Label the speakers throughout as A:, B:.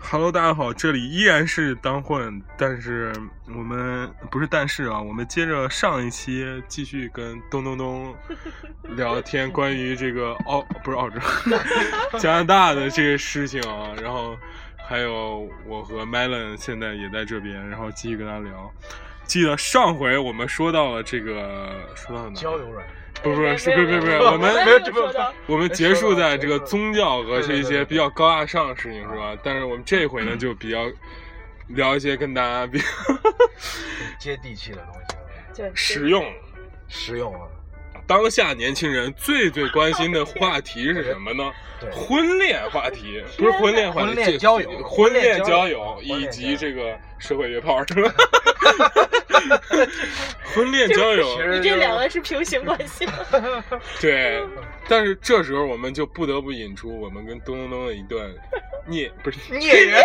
A: Hello，大家好，这里依然是当混，但是我们不是但是啊，我们接着上一期继续跟咚咚咚聊天，关于这个澳不是澳洲加拿大的这些事情啊，然后还有我和 Melon 现在也在这边，然后继续跟他聊。记得上回我们说到了这个，说到哪？
B: 交友软件，
A: 不不
C: 没
A: 是
C: 有
A: 不是不
C: 没
A: 是不
C: 有没
A: 是，
C: 有
A: 我们
C: 没有这么
B: 没有
A: 我们结束在这个宗教和这
B: 对对对
A: 些
B: 对
A: 比较高大上的事情是
B: 哎
A: 吧？但是我们这回呢就比较聊一些跟大家比较
B: 挺接地气的东西，
C: 对，
A: 实用、
B: 实用啊。
A: 当下年轻人最最关心的话题是什么呢？
B: 对，
A: 婚恋话题不是婚恋话题，
B: 婚恋
A: 这
B: 交友
A: 婚恋交
B: 婚恋交友
A: 友以及
B: 婚恋交
A: 这个社会约炮是 吧？婚恋交友
B: 其实
C: 你这两个是平行关系，
A: 对，但是这时候我们就不得不引出我们跟咚咚咚的一段孽不是
B: 孽缘，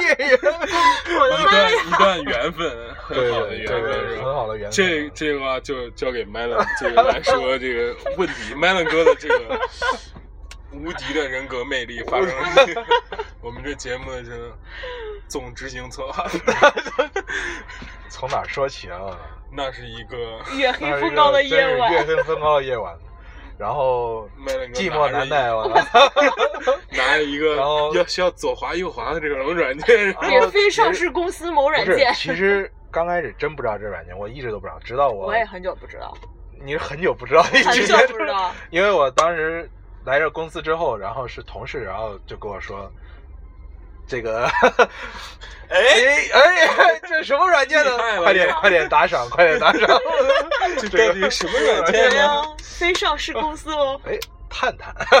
B: 孽缘，
C: 我的
A: 一
C: 妈
A: 段
C: 呀！
A: 一段缘分，很好的
B: 对
A: 缘分
B: 对，
A: 是
B: 很
A: 吧？
B: 好的缘分。
A: 这这个话就交给 Melon 这个来说这个问题，Melon 哥的这个无敌的人格魅力发生了我们这节目的这个总执行策划，
B: 从哪儿说起啊？
A: 那是一个
C: 月黑风高的夜
B: 月
C: 晚，
B: 黑风高的夜晚，然后
A: Melon 哥
B: 寂寞难耐
A: 啊，
B: 完
A: 拿着一个
B: 然后
A: 要需要左滑右滑的这种软 件，
B: 然后
C: 也非上市公司某软
B: 不是
C: 件，，
B: 其实刚开始真不知道这软件，我一直都不知道，直到我
C: 我也很久不知道，
B: 你很久不知道，一
C: 很
B: 直
C: 久不知道。
B: 因为我当时来这公司之后，然后是同事，然后就跟我说，这 个，哎哎，这什么软件呢
A: 厉害了？
B: 快点
A: 这
B: 快点打赏，快点 打赏！
A: 这到底什么软件
C: 对
A: 呢？
C: 呀，非上市公司哦，
B: 哎探探，探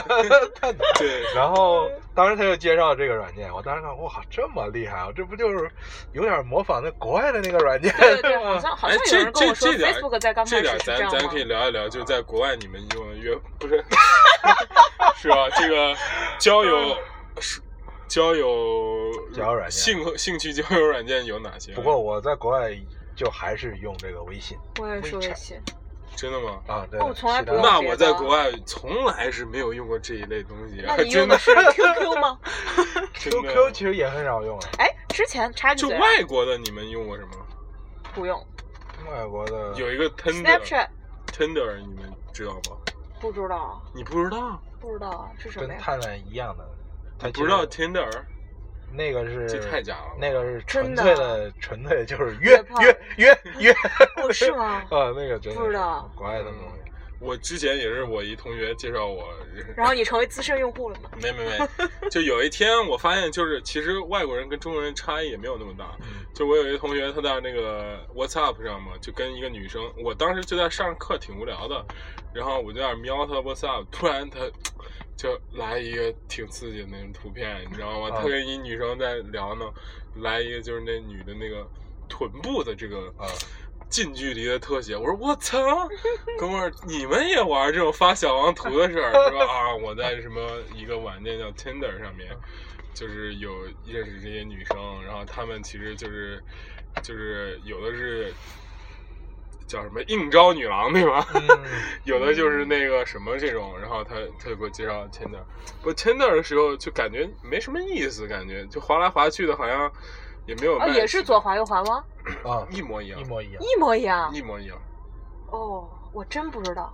B: 探。
A: 对，
B: 然后当时他就介绍这个软件，我当时看，哇，这么厉害啊！这不就是有点模仿那国外的那个软件？
C: 对对对，好像好
A: 哎
C: 像，
A: 这
C: 有人跟
A: 这
C: 我说
A: 这点儿
C: Facebook 在刚开
A: 这
C: 始
A: 点儿
C: 是这
A: 咱
C: 样
A: 咱可以
C: 吗？
A: 聊一聊，就在国外你们用的约不 是，是吧？这个交友
C: 嗯
A: 是交友
B: 交友软件
A: 性兴趣交友软件有哪些？
B: 不过我在国外就还是用这个微信
C: 我也是微信，
A: 真的吗？
B: 啊，对，
C: 哦从来
B: 其他
C: 不用
A: 那我在国外从来是没有用过这一类东西，啊
C: 那你用
A: 真
C: 的
A: 的
C: 是 QQ 吗？
A: 真
B: QQ
A: 的
B: 其实也很少用啊，
C: 哎，之前插一句
A: 就
C: 嘴啊，
A: 外国的你们用过什么？
C: 不用
B: 外国的
A: 有一个 Tender
C: Snapchat，
A: Tender，你们知道吗？
C: 不知道
A: 你不知道？
C: 不知道啊是什
B: 跟
C: 么呀？
B: 探探一样的，它
A: 你
B: 其
A: 不知
B: 实
A: 道 Tinder？
B: 那个是
A: 这太假了。
B: 那个是纯
C: 真的啊
B: 粹的，纯粹的就是
C: 约
B: 约
C: 炮
B: 约约约，
C: 哦，是吗？
B: 啊，那个真的
C: 不知道
B: 是国外的东西。
A: 我之前也是我一同学介绍我认识
C: 然后你成为资深用户了吗？
A: 没没没，就有一天我发现，就是其实外国人跟中国人差异也没有那么大。就我有一个同学，他在那个 WhatsApp 上嘛，就跟一个女生，我当时就在上课，挺无聊的，然后我就在那儿瞄他 WhatsApp，突然他就来一个挺刺激的那种图片，你知道吗？
B: 啊
A: 他跟一女生在聊呢，来一个就是那女的那个臀部的这个
B: 啊
A: 近距离的特写，我说我操，哥们儿，你们也玩这种发小黄图的事儿是吧？啊，我在什么一个软件叫 Tinder 上面，就是有认识这些女生，然后她们其实就是就是有的是叫什么应招女郎对吧？
B: 嗯，
A: 有的就是那个什么这种，然后他他就给我介绍 Tinder，我 Tinder 的时候就感觉没什么意思，感觉就划来划去的，好像也没有
C: 哦，
A: 卖
C: 也是左滑右滑吗？
B: 啊，
A: 一模一样
B: 一，模一样。
C: 一模一样。
A: 一模一样。
C: 哦，我真不知道。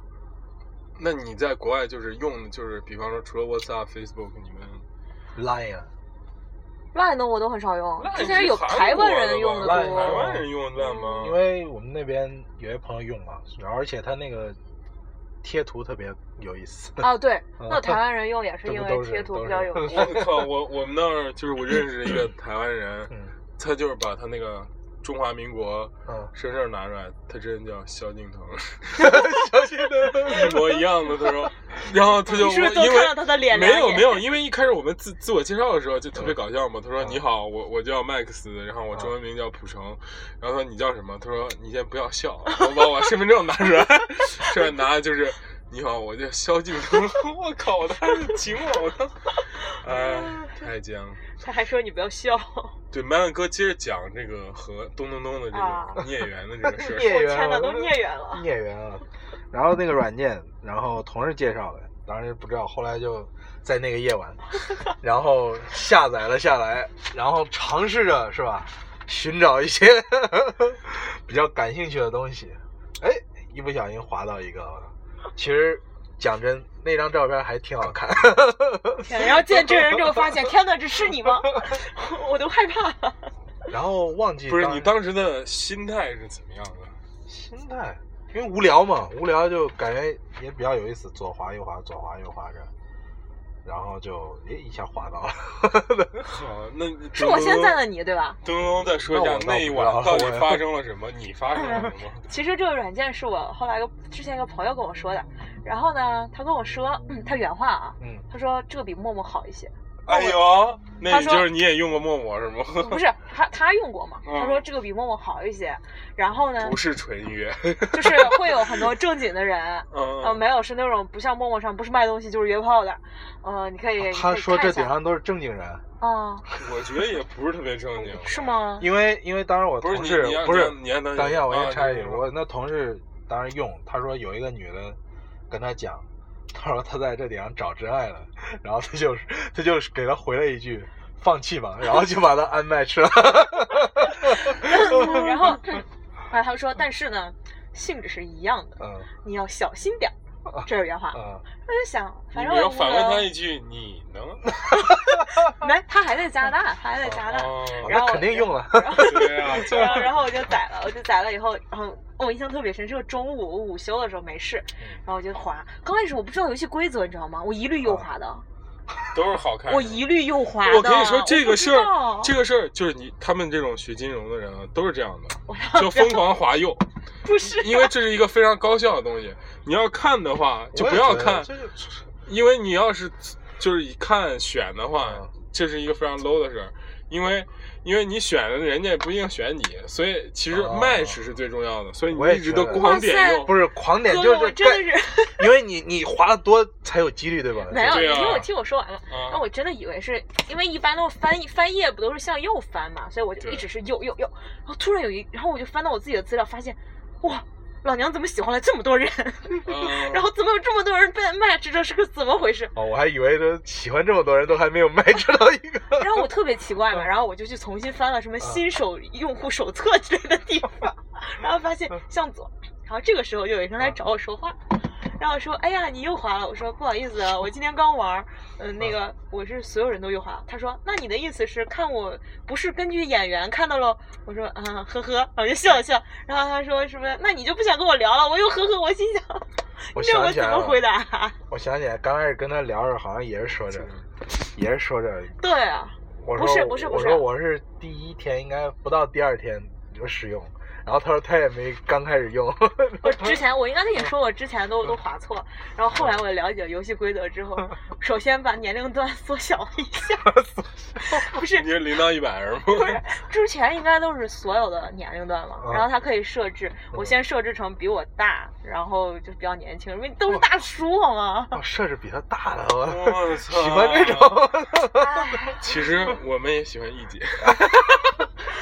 A: 那你在国外就是用的就是，比方说除了 WhatsApp、Facebook，你们
B: Line 啊
C: Line 的我都很少用，
A: 那
C: 之
A: 你
C: 前有
A: 韩
C: 台
A: 国
C: 湾人用
A: 的
C: 的
A: 吧
B: 吧
A: 台湾
C: 多，
A: 人用的吗？
B: 嗯因为我们那边有些朋友用嘛，然后而且他那个贴图特别有意思。
C: 哦对，
B: 嗯
C: 那台湾人用也是
B: 这
C: 因
B: 不
C: 为
B: 都是
C: 贴图
B: 都
C: 比较
B: 是
C: 有名。
A: 我靠，我我们那儿就是我认识一个台湾人，
B: 嗯
A: 他就是把他那个中华民国
B: 嗯，
A: 身份证拿出来，他真的叫萧敬腾。
B: 小心
A: 一模一样的，他 说，然后他就
C: 你是不是都
A: 因
C: 看到
A: 为
C: 他的脸？
A: 没有没
C: 有，
A: 有，因为一开始我们自自我介绍的时候就特别搞笑嘛，他说
B: 嗯
A: 你好，我我叫 Max，然后我
B: 嗯
A: 中文名叫蒲城，然后他说你叫什么？他说你先不要笑，我把我身份证拿出 来，这拿的就是你好，我叫萧敬腾，我靠，我当时惊了，我当时，哎，
C: 啊
A: 太奸了。
C: 他还说你不要笑。
A: 对，麦浪哥接着讲这个和咚咚咚的这
C: 啊
A: 个孽缘的这个 事儿，
B: 孽
C: 我
B: 缘啊
C: 天哪，都孽 缘了。
B: 孽缘啊。然后那个软件，然后同事介绍的，当时不知道，后来就在那个夜晚，然后下载了下来，然后尝试着是吧，寻找一些 比较感兴趣的东西。哎，一不小心滑到一个，其实讲真，那张照片还挺好看。
C: 天，然后见真人之后发现，天哪，这是你吗？ 我都害怕了。
B: 然后忘记
A: 不是
B: 当
A: 你当时的心态是怎么样的？
B: 心态，因为无聊嘛，无聊就感觉也比较有意思，左滑右滑，左滑右滑着，然后就诶一下滑到了。
A: 好，那
C: 是我现在的你，对吧？
A: 东东再说一
B: 那
A: 下
B: 我倒
A: 那一晚
B: 不知道
A: 到
B: 了
A: 底发生了什么？你发生了 什么？
C: 其实这个软件是我后来一个之前一个朋友跟我说的，然后呢，他跟我说，嗯他原话啊，
B: 嗯，
C: 他说这个比陌陌好 一些，
A: 哎呦，那
C: 他
A: 你
C: 说
A: 就是你也用过陌陌是吗？
C: 不是他他用过嘛？
A: 嗯
C: 他说这个比陌陌好一些，然后呢
A: 不，是纯约，
C: 就是会有很多正经的人。呃，
A: 嗯，
C: 没有，是那种不像陌陌上不是卖东西就是约炮的，呃，你可以
B: 他说这顶
C: 点啊
B: 上都是正经人，，
C: 哦
A: 我觉得也不是特别正经。
C: 是吗？
B: 因为因为当时我
A: 不是
B: 同
A: 你，
B: 事
A: 你要
B: 不是，
A: 你要啊当
B: 等一下我先插一句，
A: 句，
B: 我那同事当时用，他说有一个女的跟他讲。他说他在这顶上找真爱了，然后他就是他就是给他回了一句放弃吧，然后就把他安排 吃了。
C: 然后，然后他说，但是呢，性质是一样的，
B: 嗯
C: 你要小心点儿。这是原话，
B: 嗯，
C: 我就想，
A: 啊你
C: 反正
A: 要
C: 我
A: 反问他一句，你能？
C: 他，没，他还在加拿大，他还在加拿大，
A: 哦
C: 然后
B: 那肯定用了。
A: 对啊，就
C: 然后然后我就宰了，我就宰了以后，然后哦我印象特别深，就是中午我午休的时候没事，
A: 嗯
C: 然后我就滑。刚开始我不知道游戏规则，你知道吗？我一律右滑的，
A: 都是好看的。
C: 我一律右滑的。
A: 啊我跟你说这个事儿，这
C: 个
A: 个事儿就是你他们这种学金融的人啊，都是这样的，就疯狂滑 右，
C: 不是
A: 因为这是一个非常高效的东西。你要看的话，就不要看，
B: 这就
A: 因为你要是就是一看选的话
B: 嗯，
A: 这是一个非常 low 的事儿，因为因为你选的人家也不一定选你，所以其实
B: 哦
A: match 是最重要的，所以你
B: 我也
A: 一直
B: 觉
A: 都
B: 得
A: 狂点右，
B: 不是狂点，
C: 哥
B: 就
C: 们，
B: 是
C: 我真的
B: 干
C: 是
B: 因为你你划的多才有几率，对吧？
C: 没有，
A: 对
C: 你
A: 啊
C: 听我听我说完了。
A: 啊
C: 那我真的以为是因为一般都是翻翻页不都是向右翻嘛，所以我就
A: 对
C: 一直是右右右。然后突然有一，然后我就翻到我自己的资料，发现哇，老娘怎么喜欢了这么多人？
A: 嗯
C: 然后怎么有这么多人被 match？这是个怎么回事？
B: 哦，我还以为这喜欢这么多人都还没有卖知道一 个。
C: 然后我特别奇怪嘛，然后我就去重新翻了什么
B: 嗯
C: 新手用户手册之类的地 方，然后发现
B: 嗯
C: 向左，然后这个时候就有人来找我说话，然后说：“哎呀，你又滑了。”我说：“不好意思，啊，我今天刚玩儿，嗯，那个我是所有人都又滑。”他说：“那你的意思是看我不是根据眼缘看到了？”我说：“啊，呵呵。”我就笑了笑，然后他说：“什么？那你就不想跟我聊了？”我又呵呵，我心想，
B: 我
C: 这
B: 想
C: 我
B: 起
C: 怎
B: 来
C: 么
B: 了，
C: 回答？啊
B: 我想起来，刚开始跟他聊着，好像也是说这，也是说这。
C: 对啊，
B: 我
C: 不
B: 说
C: 是不是不
B: 我
C: 是
B: 说我是第一天，应该不到第二天就使用。然后他说他也没刚开始用，
C: 我之前我应该跟你说，
A: 嗯
C: 我之前都都划错，然后后来我了解游戏规则 之后，首先把年龄段缩小一下，不是
A: 你是零到一百是吗？
C: 不是，之前应该都是所有的年龄段嘛，
B: 嗯
C: 然后它可以设置，
A: 嗯
C: 我先设置成比我大，然后就比较年轻，因为都是
A: 嗯
C: 大叔 好吗？
B: 哦，设置比他大了，我
A: 我操！
B: 喜欢这种。
C: 哎
A: 其实我们也喜欢一姐，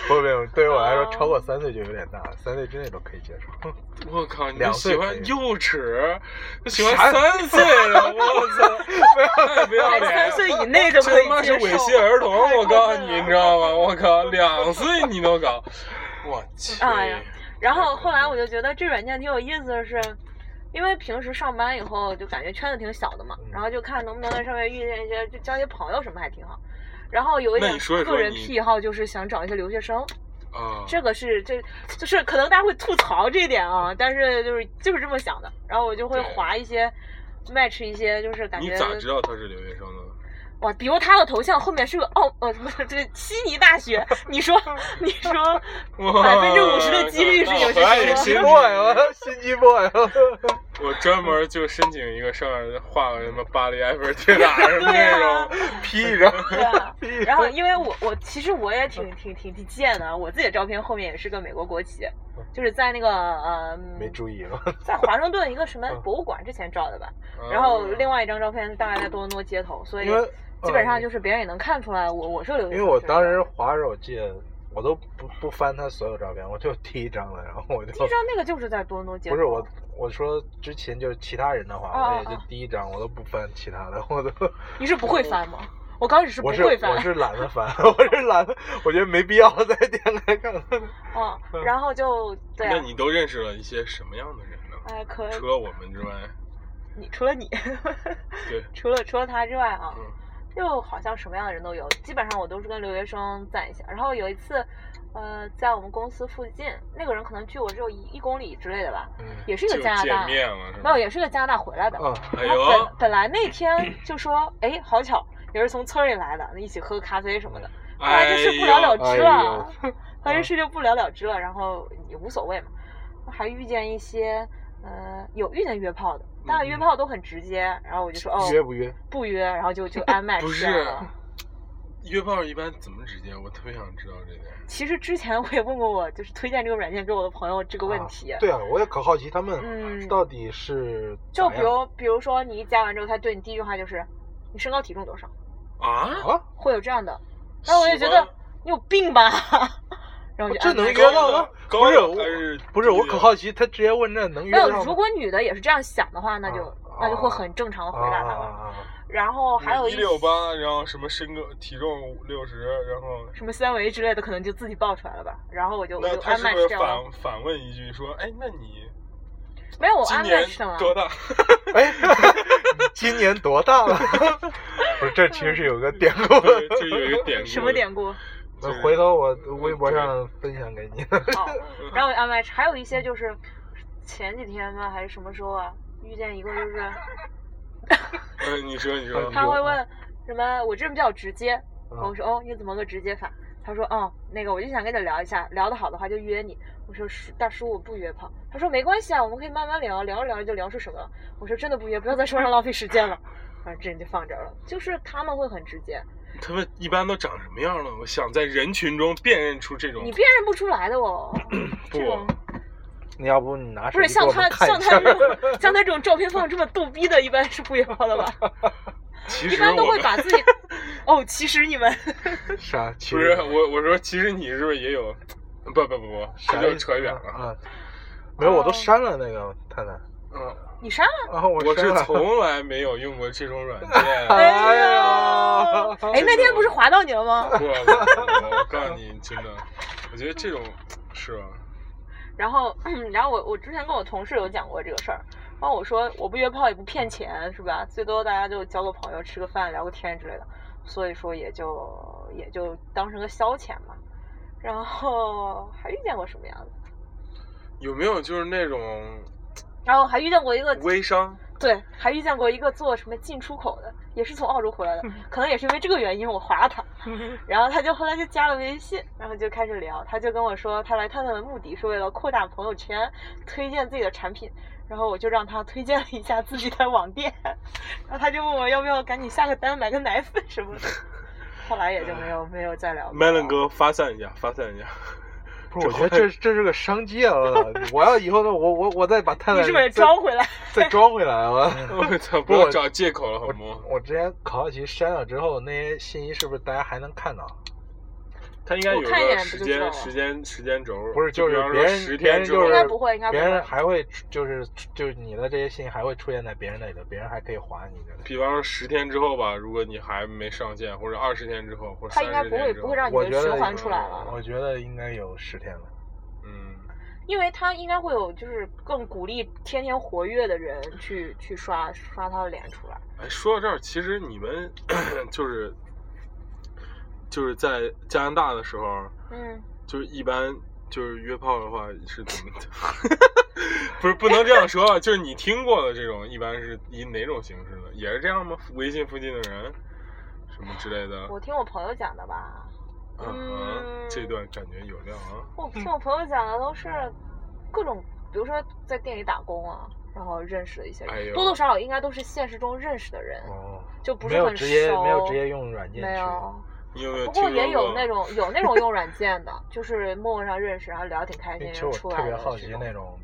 B: 不不，对于我来说
C: 哦，
B: 超过三岁就有点大，了，三岁之内都可以接受。
A: 我靠，你
B: 两
A: 喜
B: 岁
A: 欢
B: 可以
A: 幼齿，你喜欢
B: 啥
A: 三岁的，我 操，太不要
C: 才
A: 脸了！
C: 三岁以内都可
A: 这
C: 以
A: 他妈是
C: 接
A: 猥
C: 受
A: 亵儿童，我告诉你，你
C: 太过分了
A: 知道吗？我靠，两岁你都搞，我去！
C: 哎呀然后后来我就觉得这软件挺有意思的是，因为平时上班以后就感觉圈子挺小的嘛，
B: 嗯
C: 然后就看能不能在上面遇见一些，就交一些朋友什么还挺好。然后有一
A: 那
C: 点
A: 你说一说
C: 个人
A: 你
C: 癖好就是想找一些留学生，
A: 啊，
C: 这个是这就是可能大家会吐槽这一点啊，但是就是就是这么想的。然后我就会
A: 对
C: 划一些 match 一些，就是感
A: 你
C: 觉
A: 咋知道他是留学生的？
C: 哇，比如他的头像后面是个奥呃什么这个悉尼 大学，你说你说
A: 哇
C: 50%的几率是留学生
A: 我还以为
B: 心
A: 新
B: 机
A: 机
B: boy，我心机 boy，
A: 我专门就申请一个上面画个什么巴黎埃菲尔铁塔什么
C: 对
A: 那
C: 啊
A: 种，
B: 屁人。
C: 对啊， 然后因为我我其实我也
B: 嗯
C: 挺挺挺挺贱的，啊我自己的照片后面也是个美国国旗，就是在那个呃
B: 嗯没嗯注意了，
C: 在华盛顿一个什么博物馆之前照的吧，
A: 嗯
C: 然后另外一张照片大概在多伦多街头，所以
B: 因为
C: 基本上
B: 就。
C: 就是别人也能看出来我我是留学
B: 因
C: 生。
B: 为我当时滑着，我记得我都不不翻他所有照片，我就第一张了，然后我就
C: 第一张那个就是在多伦多接
B: 不
C: 触
B: 是
C: 的，
B: 我我说之前就是其他人的话，
C: 啊
B: 我也就
C: 啊
B: 第一张，我都不翻其他的，我都
C: 你是不会翻吗？我刚开始是不
B: 我是
C: 会翻，
B: 我是懒得翻， 我是懒得，我觉得没必要再点开看了。
C: 嗯，然后就对
A: 那
C: 啊，
A: 你都认识了一些什么样的人呢？
C: 哎，可
A: 除了我们之外，
C: 你除了你，
A: 对，
C: 除了除了他之外啊，
A: 嗯
C: 就好像什么样的人都有，基本上我都是跟留学生在一起。然后有一次，呃，在我们公司附近，那个人可能距我只有一一公里之类的吧，
B: 嗯
C: 也是一
A: 就
C: 个加拿
A: 见
C: 大，
A: 面了是
C: 没有，
A: 吧？
C: 也是个加拿大回来的。
B: 啊，
A: 哎
C: 然后
A: 呦
C: 本，本来那天就说，哎，好巧，也是从村里来的，一起喝咖啡什么的。后来
A: 哎
C: 这事不了了
A: 呦，
C: 之了，后来这事就不了了之了，然后也无所谓嘛。还遇见一些，呃，有遇见约炮
A: 嗯
C: 的，但是约炮都很直接，然后我就说哦，
B: 约不约？
C: 不约，然后就就 安麦
A: 哎不
C: 吃
A: 是
C: 了。
A: 约炮一般怎么直接？我特别想知道这点。
C: 其实之前我也问过我，就是推荐这个软件给我的朋友这个问题。
B: 啊对啊，我也可好奇他们
C: 嗯
B: 到底是咋
C: 就
B: 样
C: 比如，比如说你一加完之后，他对你第一句话就是你身高体重多少，
A: 啊？
B: 啊，
C: 会有这样的。然后我就觉得你有病吧，
A: 哦
C: 然后我就
B: 这
C: 安排
B: 能
C: 了
B: 约到吗？
A: 高
B: 不是
A: 的
B: 我
A: 还是
B: 不是，我
A: 低
B: 可
A: 的
B: 好奇，他直接问这能约
C: 没有
B: 上，吗？
C: 如果女的也是这样想的话，那就、
B: 啊
C: 那就会很正常的回答他了。
B: 啊，
C: 然后还有一
A: 一六八，然后什么身高体重六十，然后
C: 什么三围之类的，可能就自己爆出来了吧。然后我就我
A: 那
C: 就
A: 他
C: 安
A: 是
C: 麦
A: 不
C: 是
A: 是
C: 这样的，
A: 反反问一句说，哎，那你
C: 没有我
A: 今
C: 安
A: 年
C: 麦是了。
A: 多大？
B: 哎， 你今年多大了？ 不是，这其实是有个典故的。
A: 对，这有一个典故。
C: 什么典故？
B: 那
A: 对
B: 回头我
A: 嗯
B: 微博上分享给 你。啊
C: 哦， 然后我就安排，还有一些就是前几天吧，还是什么时候啊，遇见一个就是
A: 嗯，你说，你说。
C: 他会问什么，我这人比较直接，我
B: 嗯
C: 说哦，你怎么个直接法？他说哦，那个我就想跟你聊一下，聊得好的话就约你。我说叔大叔，我不约炮。他说没关系啊，我们可以慢慢聊，聊着聊着就聊出什么了。我说真的不约，不要在说上浪费时间了。 反正这人就放这儿了，就是他们会很直接，
A: 他们一般都长什么样了？我想在人群中辨认出
B: 嗯
A: 这种
C: 你辨认不出来的哦。这种
A: 不，
B: 你要不你拿
C: 不
B: 手
C: 是
B: 机给
C: 像
B: 我
C: 他
B: 们看
C: 像
B: 一
C: 他
B: 下？
C: 这种像他这种照片放得这么逗逼的，一般是不约炮的吧？
A: 其
C: 一
A: 实
C: 般都
A: 我
C: 会
A: 们
C: 把 自己哦，其实你们
B: 啥？啊其
A: 不
B: 实
A: 是啊我，我说其实你是不是也 有？不不不不，
B: 啥
A: 这就扯远了。
B: 啊。没有，我都删了那个 探探。
A: 嗯，
C: 你删了？
B: 啊，我
A: 我
B: 删
A: 是
B: 了
A: 从来没有用过这种软
B: 哎
A: 件。
B: 呀
C: 哎哎，那天不是划到你了吗？
A: 不，我我告诉你，真的，我觉得这种是吧？
C: 然后，然后我我之前跟我同事有讲过这个事儿，然后我说我不约炮也不骗钱是吧？最多大家就交个朋友、吃个饭、聊个天之类的，所以说也就也就当成个消遣嘛。然后还遇见过什么样的？
A: 有没有就是那种
C: 然后还遇见过一个
A: 微商？
C: 对，还遇见过一个做什么进出口的，也是从澳洲回来的，可能也是因为这个原因我划了他，然后他就后来就加了微信，然后就开始聊，他就跟我说他来探探的目的是为了扩大朋友圈，推荐自己的产品，然后我就让他推荐了一下自己的网店，然后他就问我要不要赶紧下个单买个奶粉什么的，后来也就没有没有再聊过了。
A: 麦伦哥发散一下，发散一下。
B: 不是，我觉得这这是个商机啊！我操，我要以后呢，我我我再把探
C: 你
B: 探
C: 是不是
B: 再
C: 装回来？
B: 再装回来我。
A: 我 操！不
B: 不
A: 要
B: 我
A: 找借口了，好吗？
B: 我之前考好奇删了之后，那些信息是不是大家还能看到？
A: 他应该有
C: 我看一
A: 个
C: 眼
A: 时
C: 不就知
A: 间
C: 道了
A: 时间时间轴，
B: 不是就是
A: 比方说
B: 别人
A: 十
B: 别
A: 天
B: 人
A: 之
B: 就
A: 后
B: 是
C: 应该不会，应该不
B: 别人
C: 会。
B: 还会出就是就是你的这些信息还会出现在别人那里头，别人还可以划你这里。
A: 比方说十天之后吧，如果你还没上线，或者二十天之后，或者
C: 他应该
A: 30
C: 不
A: 天
C: 会
A: 之
C: 不
A: 后
C: 会让
B: 我
C: 你
B: 觉
C: 的
B: 得
C: 循环出来了。
B: 我觉得应该有十天了。
A: 嗯，
C: 因为他应该会有就是更鼓励天天活跃的人去去刷刷他的脸出来。
A: 哎，说到这儿，其实你们 就是就是在加拿大的时候，
C: 嗯，
A: 就是一般就是约炮的话 是怎么？不是不能这样说啊，就是你听过的这种，一般是以哪种形式的？也是这样吗？微信附近的人，什么之类的？
C: 我听我朋友讲的吧，
A: 嗯，这段感觉有料啊。
C: 我
B: 嗯
C: 听我朋友讲的都是各种，比如说在店里打工啊，然后认识的一些人，
A: 哎呦
C: 多多少少应该都是现实中认识的人，
B: 哦，
C: 就不
B: 没
C: 是
B: 有
C: 很熟。
B: 直接没有直接用软件
C: 没
B: 去。
C: 有
A: 你有没有
C: 不
A: 听
C: 过
A: 说
C: 也有那种 有那种用软件的，就是陌陌上认识，然后聊得挺开心，
B: 哎其
C: 然
B: 实
C: 后
B: 我
C: 出
B: 特
C: 来
B: 别
C: 的
B: 好
C: 这
B: 奇
C: 种
B: 那种，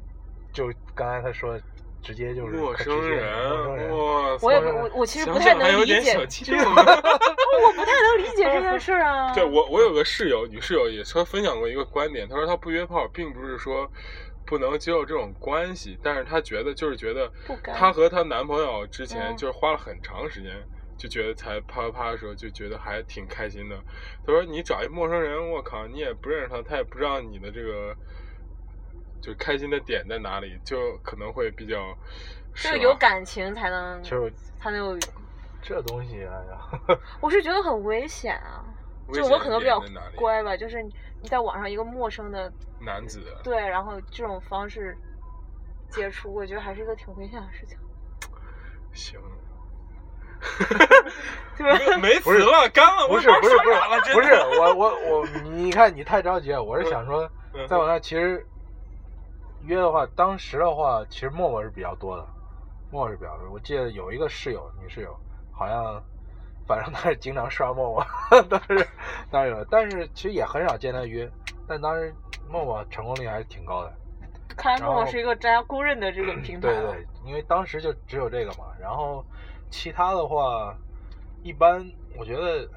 B: 就刚才他说直接就是
A: 陌
B: 可直
A: 生
B: 接陌生
A: 人，
B: 人
A: 哇塞！
C: 我也不我我其实
A: 想
C: 不太
A: 想还
C: 能
A: 有
C: 理
A: 点
C: 解，
A: 小啊激动。
C: 我不太能理解这件事儿 啊。
A: 对我，我有个室友，女室友也曾分享过一个观点，她说她不约炮，并不是说不能接受这种关系，但是她觉得就是觉得
C: 不该
A: 她和她男朋友之前
C: 嗯
A: 就是花了很长时间，就觉得才啪啪啪的时候就觉得还挺开心的。她说你找一陌生人，我靠，你也不认识他，他也不知道你的这个就是开心的点在哪里，就可能会比较
C: 就
A: 失
C: 是有
A: 望
C: 感情才能
B: 就是
C: 才能有，
B: 这东西，哎呀，
C: 我是觉得很危险啊。
A: 危
C: 就
A: 险
C: 我可能比较
A: 点在哪里
C: 乖吧，就是你你在网上一个陌生的
A: 男子
C: 对，然后这种方式接触，我觉得还是一个挺危险的事情，
A: 行。
C: 对吧？
A: 没
B: 不
A: 词
B: 是
A: 了，干了，
B: 不
A: 我
B: 是不是不
A: 说啥了
B: 是
A: 真
B: 不是
A: 的
B: 我我我，你看你太着急了，我是想说，
A: 嗯
B: 在我那其实约的话，当时的话，其实陌陌是比较多的，陌陌是比较多。我记得有一个室友，女室友，好像反正她是经常刷陌陌，当时当时有，但是其实也很少见她约，但当时陌陌成功率还是挺高的。
C: 看来陌陌
B: 然后
C: 是一个大家公认的 这个平台
B: 对
C: 了。
B: 对，因为当时就只有这个嘛，然后其他的话，一般我觉得，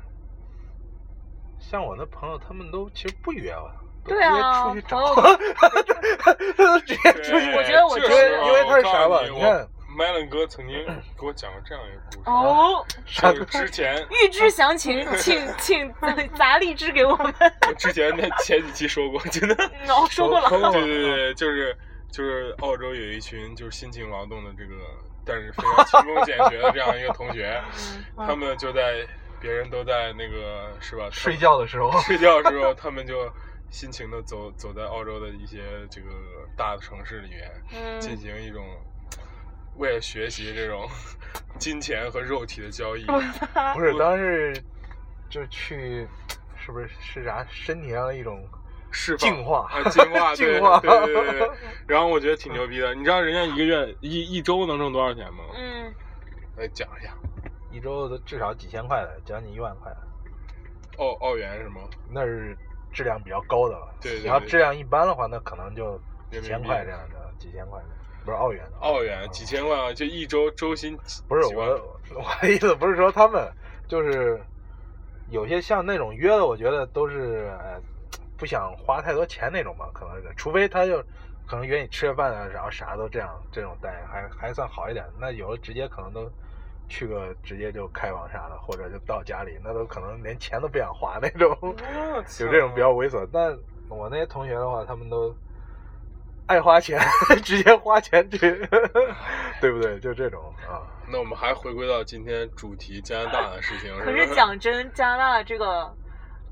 B: 像我的朋友他们都其实不约我，都
C: 对啊
B: 直接出去
C: 朋友
B: 找， 都直接出去
A: 对
C: 我觉得我
A: 这
C: 觉得
A: 时候
B: 因为他是啥
A: 我
B: 吧
A: 告诉
B: 你看
A: 麦伦哥曾经给我讲过这样一个故事，啊
C: 哦，
A: 就是之前
C: 预知详情， 请请砸荔枝给我们。
A: 之前 那前几期说过，真的，
C: 哦， 说过了，
B: 说过
A: 对对对，就是就是澳洲有一群就是辛勤劳动的这个，但是非常勤工俭学的这样一个同 学，
C: 嗯
A: 他们就在别人都在那个是吧
B: 睡觉的时候，
A: 睡觉的时候，他们就辛勤的 走走在澳洲的一些这个大的城市里面，
C: 嗯，
A: 进行一种为了学习这种 金钱和肉体的交易。
C: 哦啊
B: 不是当时就去，是不是是啥身体上的一种
A: 释放
B: 净化
A: 啊，进 化，对
B: 净化
A: 对对对 对对。然后我觉得挺牛逼的，你知道人家一个月一一周能挣多少钱吗？
C: 嗯，
A: 来讲一下，
B: 一周都至少几千块的，将近一万块的，
A: 澳澳元是吗？
B: 那是质量比较高的了。
A: 对对对
B: 你要质量一般的话，那可能就几
A: 人
B: 千
A: 民币
B: 块这样的，几千块的，不是澳元。
A: 澳元几千万啊，就一周周薪几
B: 不是
A: 几
B: 我
A: 万
B: 我的意思不是说他们，就是有些像那种约的，我觉得都是呃不想花太多钱那种吧，可能是，除非他就可能约你吃个饭啊，然后啥都这样这种待还还算好一点。那有的直接可能都。去个直接就开房啥的，或者就到家里，那都可能连钱都不想花那种。
A: 我操
B: 有这种比较猥琐。但我那些同学的话，他们都爱花钱， 直接花钱去， 对不对？就这种啊，
A: 那我们还回归到今天主题加拿大的事情，
C: 可
A: 不
C: 是讲真，加拿大这个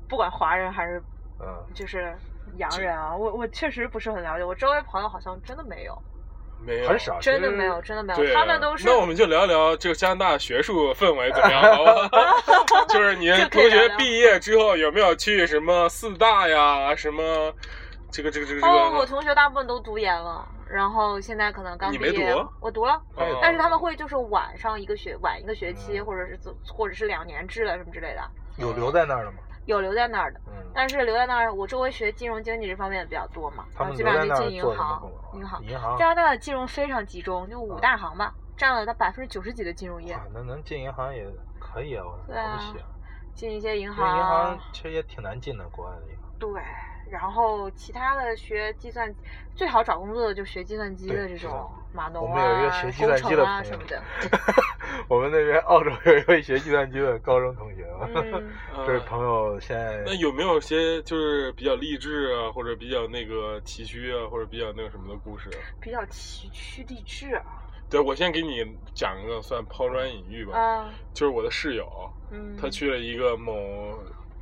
C: 不管华人还是
B: 嗯，
C: 就是洋人啊，我我确实不是很了解，我周围朋友好像真的没有，
A: 没有
B: 很少，
C: 嗯真
B: 其
C: 的
B: 实
C: 没有，。真的没
A: 啊对
C: 有，
A: 啊，
C: 他们都是
A: 那我们就聊聊这个加拿大学术氛围怎么样，好 不好？就是你
C: 就可
A: 同
C: 以聊
A: 学
C: 聊
A: 毕业之后有没有去什么四大呀？什么这个这个这个这个？
C: 哦，我同学大部分都读研了，然后现在可能刚
A: 你
C: 毕
A: 没
C: 业
A: 读，
C: 我读了。
A: 哦
C: 但是他们会就是晚上一个学晚一个学期，
B: 嗯
C: 或者是怎或者是两年制的什么之类的，
B: 有留在那儿的吗？
C: 有留在那儿的。
B: 嗯，
C: 但是留在那儿，我周围学金融经济这方面的比较多嘛，
B: 他
C: 然后
B: 们
C: 基
B: 留
C: 本
B: 在
C: 上
B: 那
C: 就
B: 儿
C: 进银
B: 做什么
C: 行
B: 工作？，啊
C: 银行。
B: 银行
C: 加拿大的金融非常集中，就五大行吧，占了它百分之九十几的金融业
B: 啊，，那能进银行也可以啊，我
C: 对啊
B: 了不起啊。
C: 进一些银
B: 因为银行
C: 行，
B: 其实也挺难进的，国外的银行。
C: 对。然后其他的学计算，最好找工作的就学计算机的
B: 对
C: 这
B: 计算
C: 种码农
B: 我
C: 啊、
B: 们有一个学计
C: 工
B: 算
C: 程
B: 机的
C: 啊
B: 朋
C: 什
B: 友
C: 么的。
B: 我们那边澳洲有一位学计算机的高中同学，
C: 嗯，
A: 嗯
B: 这位朋友现在
A: 那有没有些就是比较励志啊，或者比较那个崎岖啊，或者比较那个什么的故事？啊
C: 比较崎岖励志啊。
A: 对我先给你讲一个算抛砖引玉吧，
C: 啊
A: 就是我的室友，
C: 嗯，
A: 他去了一个某